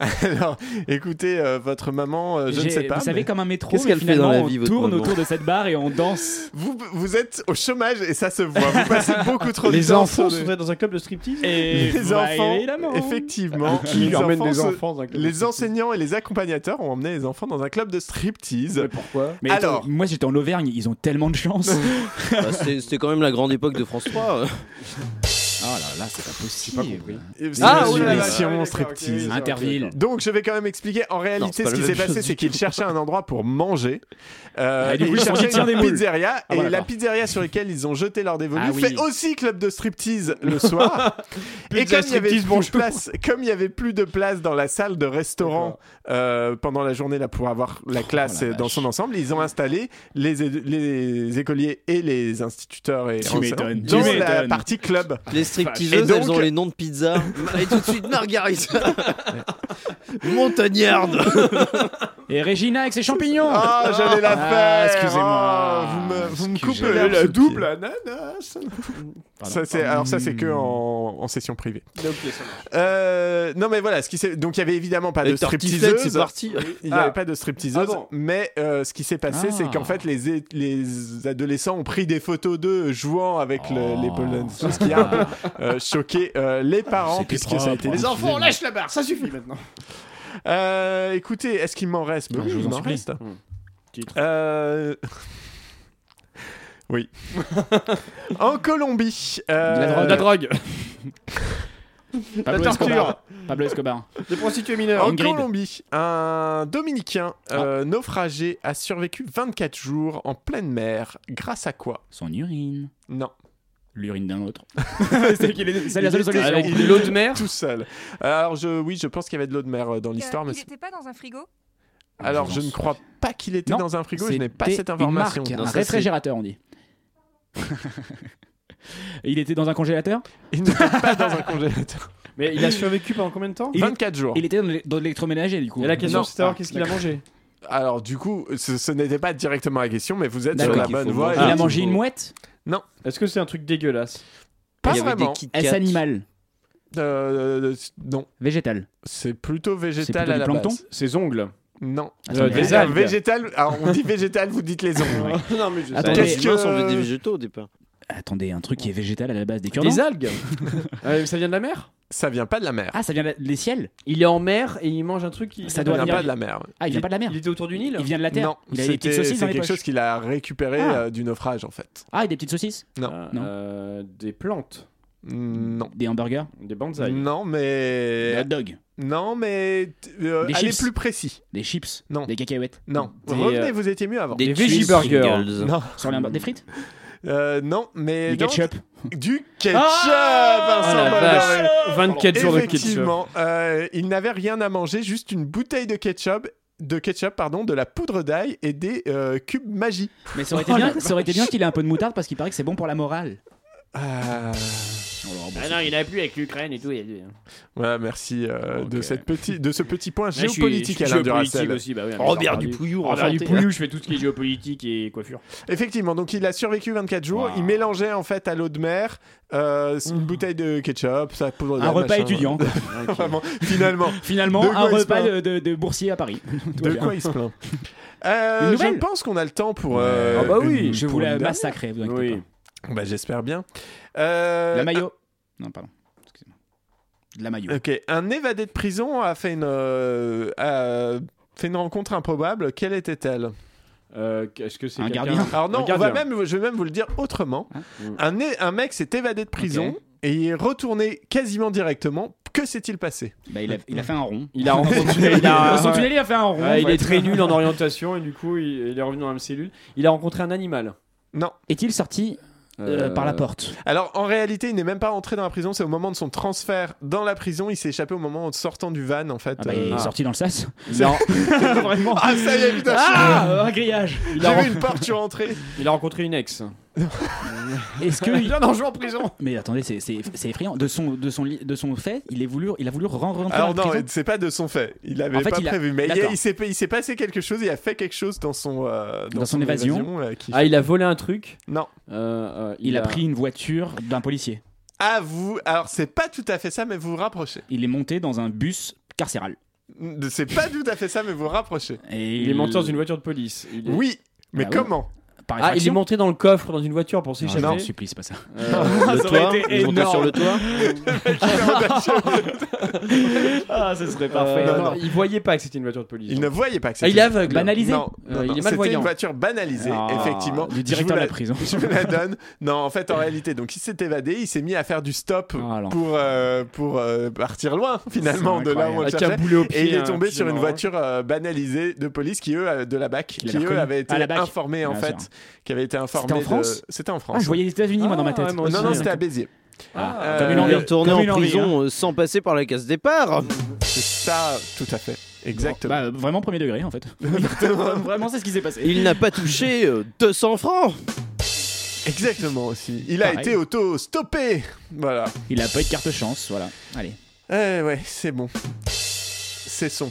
C: [LAUGHS] Alors, écoutez, euh, votre maman, euh, je ne
J: J'ai-
C: sais pas.
J: Vous savez,
C: mais-
J: comme un métro, mais finalement, on tourne autour de cette barre et on danse.
C: Vous, vous êtes au chômage et ça se voit. Vous
J: [LAUGHS]
C: passez beaucoup trop de
K: [LAUGHS] Les
C: temps
K: enfants
C: sur des-
K: sont dans un club de striptease
C: les enfants, effectivement,
K: Ah, Qui
C: les
K: emmène
C: enfants
K: des
C: se-
K: enfants dans un club de
C: les enseignants et les accompagnateurs ont emmené les enfants dans un club de striptease.
K: pourquoi
J: Mais
C: Alors,
J: attends, moi j'étais en Auvergne, ils ont tellement
C: [LAUGHS]
J: de chance.
A: Bah, c'était c'était quand même la grande époque de France 3.
J: Oh là là, c'est pas possible.
K: oh
C: Ah,
J: oui,
C: oui,
J: là, là,
A: là, là, d'accord,
C: striptease.
A: ok.
J: Interville.
C: Donc, je vais quand même expliquer. En réalité,
A: pas
C: ce
A: la
C: qui s'est
A: même
C: passé,
A: chose
C: c'est
A: du
C: qu'ils
A: tout.
C: cherchaient un endroit pour manger. Euh,
J: Ah, du coup,
C: ils
J: ils sont
C: cherchaient
J: dit, tiens, des
C: une
J: moules.
C: pizzeria.
J: Ah,
C: et
J: voilà,
C: la
J: d'accord.
C: pizzeria sur laquelle ils ont jeté leur dévolu
J: Ah oui.
C: fait aussi club de striptease le
J: [LAUGHS]
C: soir. et
J: Pizza
C: comme il y avait
J: striptease,
C: plus de
J: bonjour.
C: place- comme il y avait plus de place dans la salle de restaurant euh, pendant la journée là pour avoir
J: Oh,
C: la classe euh, dans son ensemble, ils ont installé les, é- les écoliers et les instituteurs et
J: Tu
C: enseignants
J: m'étonnes, tu
C: dans la
J: m'étonnes.
C: partie club.
A: Les
C: Et
A: stripteaseuses,
C: donc-
A: elles ont les noms de pizza.
C: [LAUGHS]
A: Et tout de suite, Margarita. Montagnarde.
J: Et Régina avec ses champignons.
C: Ah, j'allais la
J: Ah,
C: faire.
J: Excusez-moi.
C: Ah, vous me, vous me coupez
J: Excusez-moi.
C: l'herbe sous le pied.
K: ananas.
C: Ça, c'est, alors ça c'est que en, en session privée. Euh, non mais voilà, ce qui s'est- donc il y avait évidemment pas
A: Les
C: Ah, de
A: tartiflettes,
C: stripteaseuse.
A: c'est parti.
C: Il n'y
A: Ah.
C: avait pas de stripteaseuse,
A: Ah bon.
C: mais euh, ce qui s'est passé, c'est qu'en fait les, é- les adolescents ont pris des photos d'eux jouant avec le- les pole dancers, ce qui a un peu euh, choqué euh, les parents
J: C'était
C: puisque ça a
J: propre,
C: été
J: hein.
K: Les
C: diffusé.
K: enfants, lâche la barre, ça suffit maintenant.
C: Euh, écoutez, est-ce qu'il m'en reste Bah
J: Non,
C: oui,
J: je vous
C: il
J: en
C: m'en
J: supplie.
C: reste. Euh, [LAUGHS] oui. en Colombie. euh,
J: La drogue. [LAUGHS] Pablo
K: La
J: Escobar.
K: torture.
J: Pablo Escobar.
K: Des prostituées mineures.
C: En
J: Ingrid.
C: Colombie, un Dominicain
J: Ah.
C: euh, naufragé a survécu 24 jours en pleine mer. Grâce à quoi
J: Son urine.
C: Non.
J: L'urine d'un autre. [LAUGHS] c'est qu'il est- c'est la seule
C: Il était-
J: solution.
C: il était
J: L'eau de
S: mer
C: Tout seul. Alors, je, oui, je pense qu'il y avait de l'eau de mer euh, dans l'histoire. mais
N: il était pas dans un frigo
C: Alors,
J: Je
C: je
J: pense.
C: ne crois pas qu'il était
J: Non,
C: dans un frigo. Je n'ai pas
J: c'était
C: cette
J: une
C: information.
J: marque,
C: Non,
J: un
C: ça, c'est-
J: réfrigérateur, on dit. il était dans un congélateur
C: Il n'était pas dans un congélateur.
K: Mais il a survécu pendant combien de temps
J: Il-
C: 24 jours.
J: Il était dans l'é- dans l'électroménager, du coup.
K: Et la question,
C: Non.
K: c'est de savoir
J: Ah,
K: qu'est-ce qu'il a
J: d'accord.
K: mangé.
C: Alors, du coup, ce, ce n'était pas directement la question, mais vous êtes sur
J: D'accord.
C: la
J: Qu'il faut
C: bonne voie.
J: manger. Il a mangé une mouette
C: Non,
K: Est-ce que c'est un truc dégueulasse
C: pas
A: Il y avait des
C: vraiment.
A: Kit Kat.
J: Est-ce animal
C: Euh, non,
J: Végétal
C: c'est plutôt
J: C'est
C: végétal
J: plutôt
C: à
J: du
C: la
J: plancton
C: base.
K: Ses ongles.
C: Non.
J: Attends,
K: Euh,
J: mais-
K: des
C: Ah,
K: algues.
C: végétal, alors on dit végétal, vous dites
J: [LAUGHS]
C: les ongles.
K: non, mais je
J: Attendez,
A: Les
C: Qu'est-ce
A: mains sont
C: que-
A: des végétaux au départ.
J: Attendez, un truc qui est végétal à la base des cure
K: Des algues [LAUGHS] Euh, Ça vient de la mer
C: Ça vient pas de la mer.
J: Ah, ça vient de la- des ciels
K: Il est en mer et il mange un truc qui.
J: Ça
C: Ça
J: doit
C: vient
J: venir.
C: pas de la mer.
J: Ah, il vient pas de la mer.
K: Il était autour d'une île
J: Il vient de la terre.
C: Non,
J: il a des
C: c'était-
J: petites
C: c'est
J: saucisses dans les
C: quelque
J: poches.
C: chose qu'il a récupéré
J: Ah.
C: euh, du naufrage en fait.
J: Ah, et des petites saucisses
C: Non,
J: Non.
K: Euh, Des plantes.
C: non,
J: Des hamburgers
K: Des bonsaïs.
C: non,
J: Des
C: mais
J: hot dogs
C: non, mais t- euh,
J: Des
C: allez
J: chips.
C: plus précis.
J: Des chips
C: Non.
J: Des cacahuètes
C: Non,
K: Des,
C: revenez,
K: euh,
C: vous étiez mieux avant.
K: Des
A: Cheese
K: veggie burgers.
A: Pringles.
C: Non,
J: Sur les hamburgers- Des frites
C: Euh, non, mais
J: Du
C: non,
J: ketchup
C: du ketchup.
K: Ah,
J: Oh
C: Vincent
K: la
C: Bolloré.
K: vache. 24 jours de ketchup.
C: Effectivement, euh, il n'avait rien à manger, juste une bouteille de ketchup, de ketchup pardon, de la poudre d'ail et des euh, cubes magie.
J: Mais ça aurait été bien, ça aurait été bien qu'il ait un peu de moutarde parce qu'il paraît que c'est bon pour la morale.
C: Ah.
S: Ah non, il n'y en a plus avec l'Ukraine et tout. il y a du-
C: Voilà, merci euh, de, cette petit, de ce petit point
S: Ouais, je suis-
C: géopolitique,
S: je suis
C: Alain
S: géopolitique
C: Duracell.
S: aussi, bah oui,
C: Robert
S: entendu.
C: Dupouillou,
S: Robert
C: enchanté.
S: Dupouillou, je fais tout ce qui est géopolitique et coiffure.
C: Effectivement, donc il a survécu 24 jours.
S: Wow.
C: Il mélangeait en fait à l'eau de mer euh, une bouteille de ketchup, ça poudre de
J: Mmh. Un repas
C: machin.
J: étudiant. quoi.
C: [LAUGHS] Vraiment, finalement.
J: Finalement,
C: De
J: un
C: quoi il se
J: repas
C: plaint
J: de, de- de boursier à Paris. [LAUGHS] Tout va
C: De
J: bien.
C: quoi il se plaint Euh,
J: Une nouvelle
C: Je pense qu'on a le temps pour. euh,
J: Ah bah oui,
C: une-
J: je
C: pour
J: vous
C: une
J: la
C: dernière.
J: massacrée, vous inquiétez
C: Bah j'espère bien. Euh,
J: La maillot. Non, pardon.
C: La maillot. ah, Ok, un évadé de prison a fait une euh, a fait une rencontre improbable. Quelle était-elle
K: Euh, Est-ce que c'est
C: Un
K: quelqu'un-
C: gardien. Alors non,
K: Un
C: on va
K: gardien.
C: même, je vais même vous le dire autrement.
J: Mm.
C: un, é- un mec s'est évadé de prison
K: Ok.
C: et il est retourné quasiment directement. Que s'est-il passé
J: Bah, il, a, fait un rond. [LAUGHS]
K: Il a rencontré il
C: Ah,
K: a-
J: Dans son tunnel, il a fait un rond.
K: Ouais, Ah, il
J: Ouais.
K: est très nul en orientation et du coup il, il est revenu dans la même cellule. Il a rencontré un animal.
C: Non.
J: Est-il sorti
K: euh, par la porte
C: Alors en réalité, il n'est même pas rentré dans la prison. C'est au moment de son transfert dans la prison. Il s'est échappé au moment en sortant du van en fait.
J: Ah bah, il est sorti dans le sas
C: Non.
J: Vraiment
C: Ah ça y est, putain.
J: [LAUGHS] Ah Un grillage
C: je-
K: il a
C: J'ai vu
K: ren-
C: une porte, je suis rentré.
K: Il a rencontré une ex.
C: [LAUGHS]
J: Est-ce que il
K: vient d'en jouer en prison
J: Mais attendez, c'est- c'est c'est effrayant. De son, de son, li- de son fait, il, est voulu, il a voulu ren- rentrer
C: Alors
J: dans
C: non,
J: la prison.
C: c'est pas de son fait. Il l'avait
J: En fait,
C: pas
J: il a-
C: prévu, mais il,
J: D'accord.
C: il s'est, il s'est passé quelque chose. Il a fait quelque chose dans son euh,
J: Dans son évasion.
C: euh, qui-
K: Ah, il a volé un truc Euh,
C: Non.
J: Il, a... pris une voiture d'un policier.
C: Ah vous, alors c'est pas tout à fait ça, mais vous vous rapprochez.
J: Il est monté dans un bus carcéral.
C: C'est pas tout à fait ça, mais vous vous
J: [LAUGHS]
C: rapprochez.
J: Et
K: Il est monté dans une voiture de police. Il est-
C: Oui, mais
K: Ah oui.
C: comment
J: Par
K: Ah, il est
J: effraction
K: monté dans le coffre dans une voiture pour
J: Ah, Non, je
K: s'échapper.
J: t'en supplie, c'est pas ça.
K: [LAUGHS] Euh,
A: Le toit, il est monté sur le toit.
K: ah, ce serait parfait.
C: Euh, non, non.
K: Il voyait pas que c'était une voiture de police.
C: Il ne voyait pas que
K: Ah,
C: c'était.
K: il est aveugle.
J: Banalisé.
C: Non,
K: Euh,
C: non, non,
K: il est
C: C'était
K: malvoyant.
C: une voiture banalisée,
J: Ah,
C: effectivement.
J: du directeur
C: Je vous
J: de la prison.
C: [LAUGHS] Je vous la donne. Non, en fait, en réalité, donc il s'est évadé, il s'est mis à faire du stop
J: alors.
C: pour, euh, pour euh, partir loin, finalement,
K: C'est
C: de là où on le
K: incroyable.
C: cherchait.
K: Avec un boulet au pied,
C: et il est
K: un
J: hein,
C: tombé
K: petit
C: sur une
K: moment.
C: voiture euh, banalisée de police qui, eux, euh, de la BAC,
J: l'avait
C: qui, eux,
J: reconnue.
C: avaient été
J: Ah, la BAC.
C: informés, en
J: Bien
C: fait,
J: sûr.
C: qui avaient été informés.
J: en
C: de-
J: France
C: C'était en
J: Ah,
C: France.
J: je voyais les États-Unis, moi, dans ma
K: Ah,
J: tête.
K: ouais, moi
C: Non,
K: aussi.
C: non, c'était à Béziers.
J: Ah,
C: Euh,
J: comme une
A: Il est
J: envie.
A: retourné
J: Comme
A: en
J: une envie,
A: prison euh, sans passer par la case départ.
C: C'est ça, tout à fait. Exactement.
J: Bah, euh, vraiment premier degré en fait.
K: [LAUGHS]
J: vraiment, c'est ce qui s'est passé.
A: Il n'a pas touché euh, 200 francs.
C: Exactement aussi. Il a
J: bah. Pareil.
C: été auto-stoppé. Voilà.
J: Il a pas eu de carte chance, voilà. Allez.
C: Eh ouais, c'est bon. Cessons.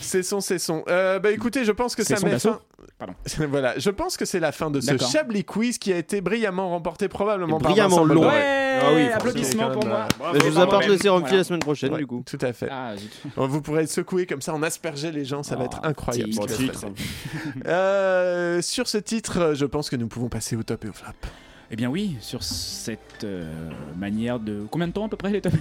C: Cessons, cessons. Euh, bah écoutez, je pense que ça
J: Cessons
C: met
J: d'assaut.
C: fin.
J: Pardon.
C: [LAUGHS] voilà, je pense que c'est la fin de ce
J: D'accord.
C: Chablis Quiz qui a été brillamment remporté probablement par
A: Brillamment
C: Vincent
A: long.
C: Bolloré.
J: Ouais,
C: Ah oui, forcément,
J: applaudissements
C: quand
J: pour
C: même,
J: moi.
C: euh,
A: Mais je vous apporte le sérum
J: Voilà.
A: la semaine prochaine
C: Ouais,
A: du coup.
C: Tout à fait.
J: Ah, zut.
C: Vous pourrez être secoué comme ça, en asperger les gens, ça va être incroyable.
J: petit
C: ce qui va se
J: Ah, titre.
C: passer. Euh, sur ce titre, euh, je pense que nous pouvons passer au top et au flop.
J: Eh bien oui, sur cette euh, manière de... Combien de temps à peu près les tables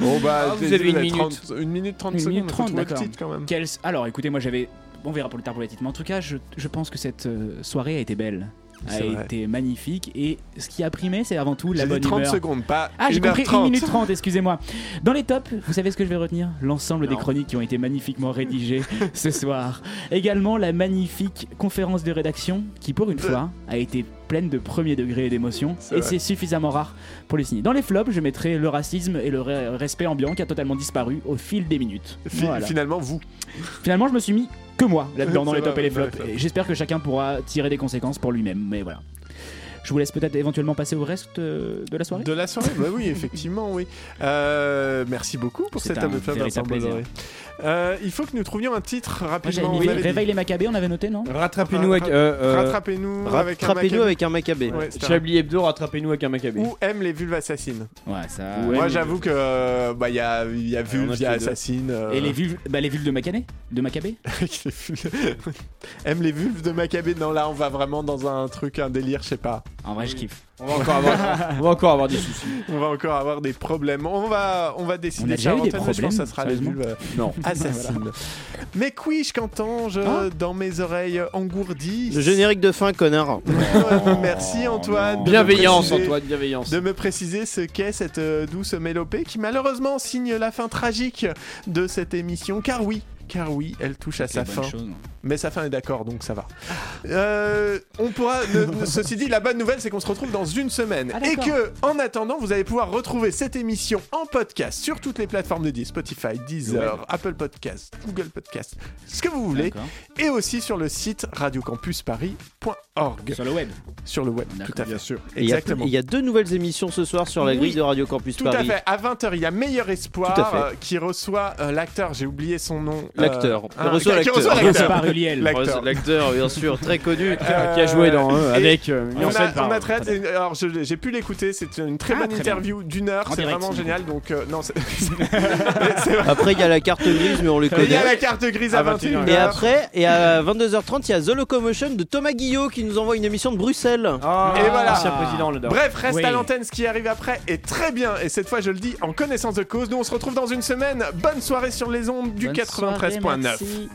C: Bon bah,
J: Ah, vous avez une
C: 30, une minute 30
J: Une
C: secondes,
J: minute
C: on peut
J: trente,
C: trouver le
J: d'accord.
C: titre, quand même.
J: Quel- Alors écoutez, moi j'avais... On verra pour le tard pour le titre, mais en tout cas, je, je pense que cette euh, soirée a été belle. A
C: C'est vrai.
J: été magnifique et ce qui a primé, c'est avant tout la
C: J'ai dit
J: bonne
C: 30
J: humeur.
C: secondes, pas
J: Ah, j'ai
C: 1h30.
J: compris 1 minute 30, excusez-moi. Dans les tops, vous savez ce que je vais retenir L'ensemble des chroniques qui ont été magnifiquement
C: [LAUGHS]
J: rédigées ce soir. Également la magnifique conférence de rédaction qui, pour une fois, a été pleine de premier degré et d'émotion. Et
C: vrai.
J: c'est suffisamment rare pour les signer. Dans les flops, je mettrai le racisme et le re- respect ambiant qui a totalement disparu au fil des minutes.
C: Fi-
J: Voilà.
C: Finalement, vous.
J: Finalement, je me suis mis que moi là-dedans
C: [LAUGHS]
J: dans
C: C'est
J: les tops
C: vrai,
J: et les
C: dans les
J: flops.
C: tops.
J: Et J'espère que chacun pourra tirer des conséquences pour lui-même, mais voilà. Je vous laisse peut-être éventuellement passer au reste euh, de la soirée.
C: De la soirée Bah oui, effectivement, oui. Euh, merci beaucoup pour
J: C'est
C: cette
J: un
C: table de femme, Vincent
J: véritable plaisir.
C: Bolloré. Euh, il faut que nous trouvions un titre
J: Moi, j'avais
C: rapidement.
J: mis
C: on avait dit-
J: Réveille les Maccabées, on avait noté, non
K: Rattrapez-nous avec. euh, euh,
C: Rattrapez-nous avec un
A: Rattrapez-nous
C: Maccabée.
A: avec un macabé.
C: Ouais, c'est un-
K: Chablis Hebdo, rattrapez-nous avec un macabé.
C: Ou aime les vulves assassines.
J: Ah Ouais, ça.
K: Ouais,
C: Moi
K: mais-
C: j'avoue que euh, bah il y a il y a vulve,
K: on a
C: il y
K: fait
C: a
K: les deux.
C: assassine. euh,
J: Et
C: [LAUGHS]
J: les villes, bah, les villes de Macané De Maccabée
C: les vulves- aime les vulves de Maccabée. Non là on va vraiment dans un truc un délire, je sais pas.
J: En vrai, je kiffe.
K: On, va encore avoir, on va encore avoir des soucis.
C: [LAUGHS] On va encore avoir des problèmes. On va on va décider.
J: On a
C: de
J: déjà
C: faire
J: eu des
C: antenne, mais Je pense que ça
J: problèmes,
C: sera les
J: sérieusement
C: vulves euh,
K: Non.
C: [LAUGHS] assassines. Mais couis-je qu'entends-je
J: Hein
C: dans mes oreilles engourdies
A: Le générique de fin,
C: [LAUGHS]
A: connard.
C: Merci
J: Oh,
C: Antoine. de me
K: Bienveillance,
C: préciser-
K: Antoine, bienveillance.
C: De me préciser ce qu'est cette euh, douce mélopée qui malheureusement signe la fin tragique de cette émission. Car oui, car oui, elle touche à sa
J: bonne
C: fin.
J: chose.
C: mais sa fin est d'accord, donc ça va. Euh, on pourra.
A: [LAUGHS]
C: ne- ceci dit, la bonne nouvelle, c'est qu'on se retrouve dans une semaine.
T: Ah,
C: et
T: d'accord.
C: que, en attendant, vous allez pouvoir retrouver cette émission en podcast sur toutes les plateformes de disques Spotify, Deezer,
T: Ouais.
C: Apple Podcast, Google Podcast, ce que vous voulez.
T: D'accord.
C: Et aussi sur le site radiocampusparis.org. Sur le web. Sur le web, tout à fait. sûr.
A: Et il y a-
C: Exactement.
A: Il y a deux nouvelles émissions ce soir sur la
C: Oui.
A: grille de Radio Campus
C: Tout
A: Paris.
C: à fait. À 20h, il y a Meilleur Espoir
A: Tout à fait.
C: euh, qui reçoit euh, l'acteur, j'ai oublié son nom. euh,
A: L'acteur.
C: hein,
A: Il reçoit
C: qui
A: l'acteur.
C: reçoit
A: Reçoit L'acteur, bien sûr, très
C: [LAUGHS]
A: connu. [LAUGHS]
C: Euh, et on,
A: Miancel,
C: a,
A: pardon.
C: on a très hâte, et- alors je- j'ai pu l'écouter, c'est une très
A: Ah,
C: bonne
A: très
C: interview
A: bien.
C: d'une heure,
A: En
C: c'est
A: direct,
C: vraiment
A: c'est
C: génial. Donc euh,
A: [LAUGHS]
C: non, c'est-
A: Après, il y a la carte grise, mais on les connaît.
C: il y a la carte grise à
A: Ah, bah,
C: 21h.
A: Et après, et à 22h30, il y a The Locomotion de Thomas Guillot qui nous envoie une émission de Bruxelles.
C: Et voilà. Bref, reste à l'antenne, ce qui arrive après est très bien. Et cette fois, je le dis en connaissance de cause. Nous, on se retrouve dans une semaine. Bonne soirée sur les ondes du
T: Bonne soirée,
C: 93.9.
T: merci.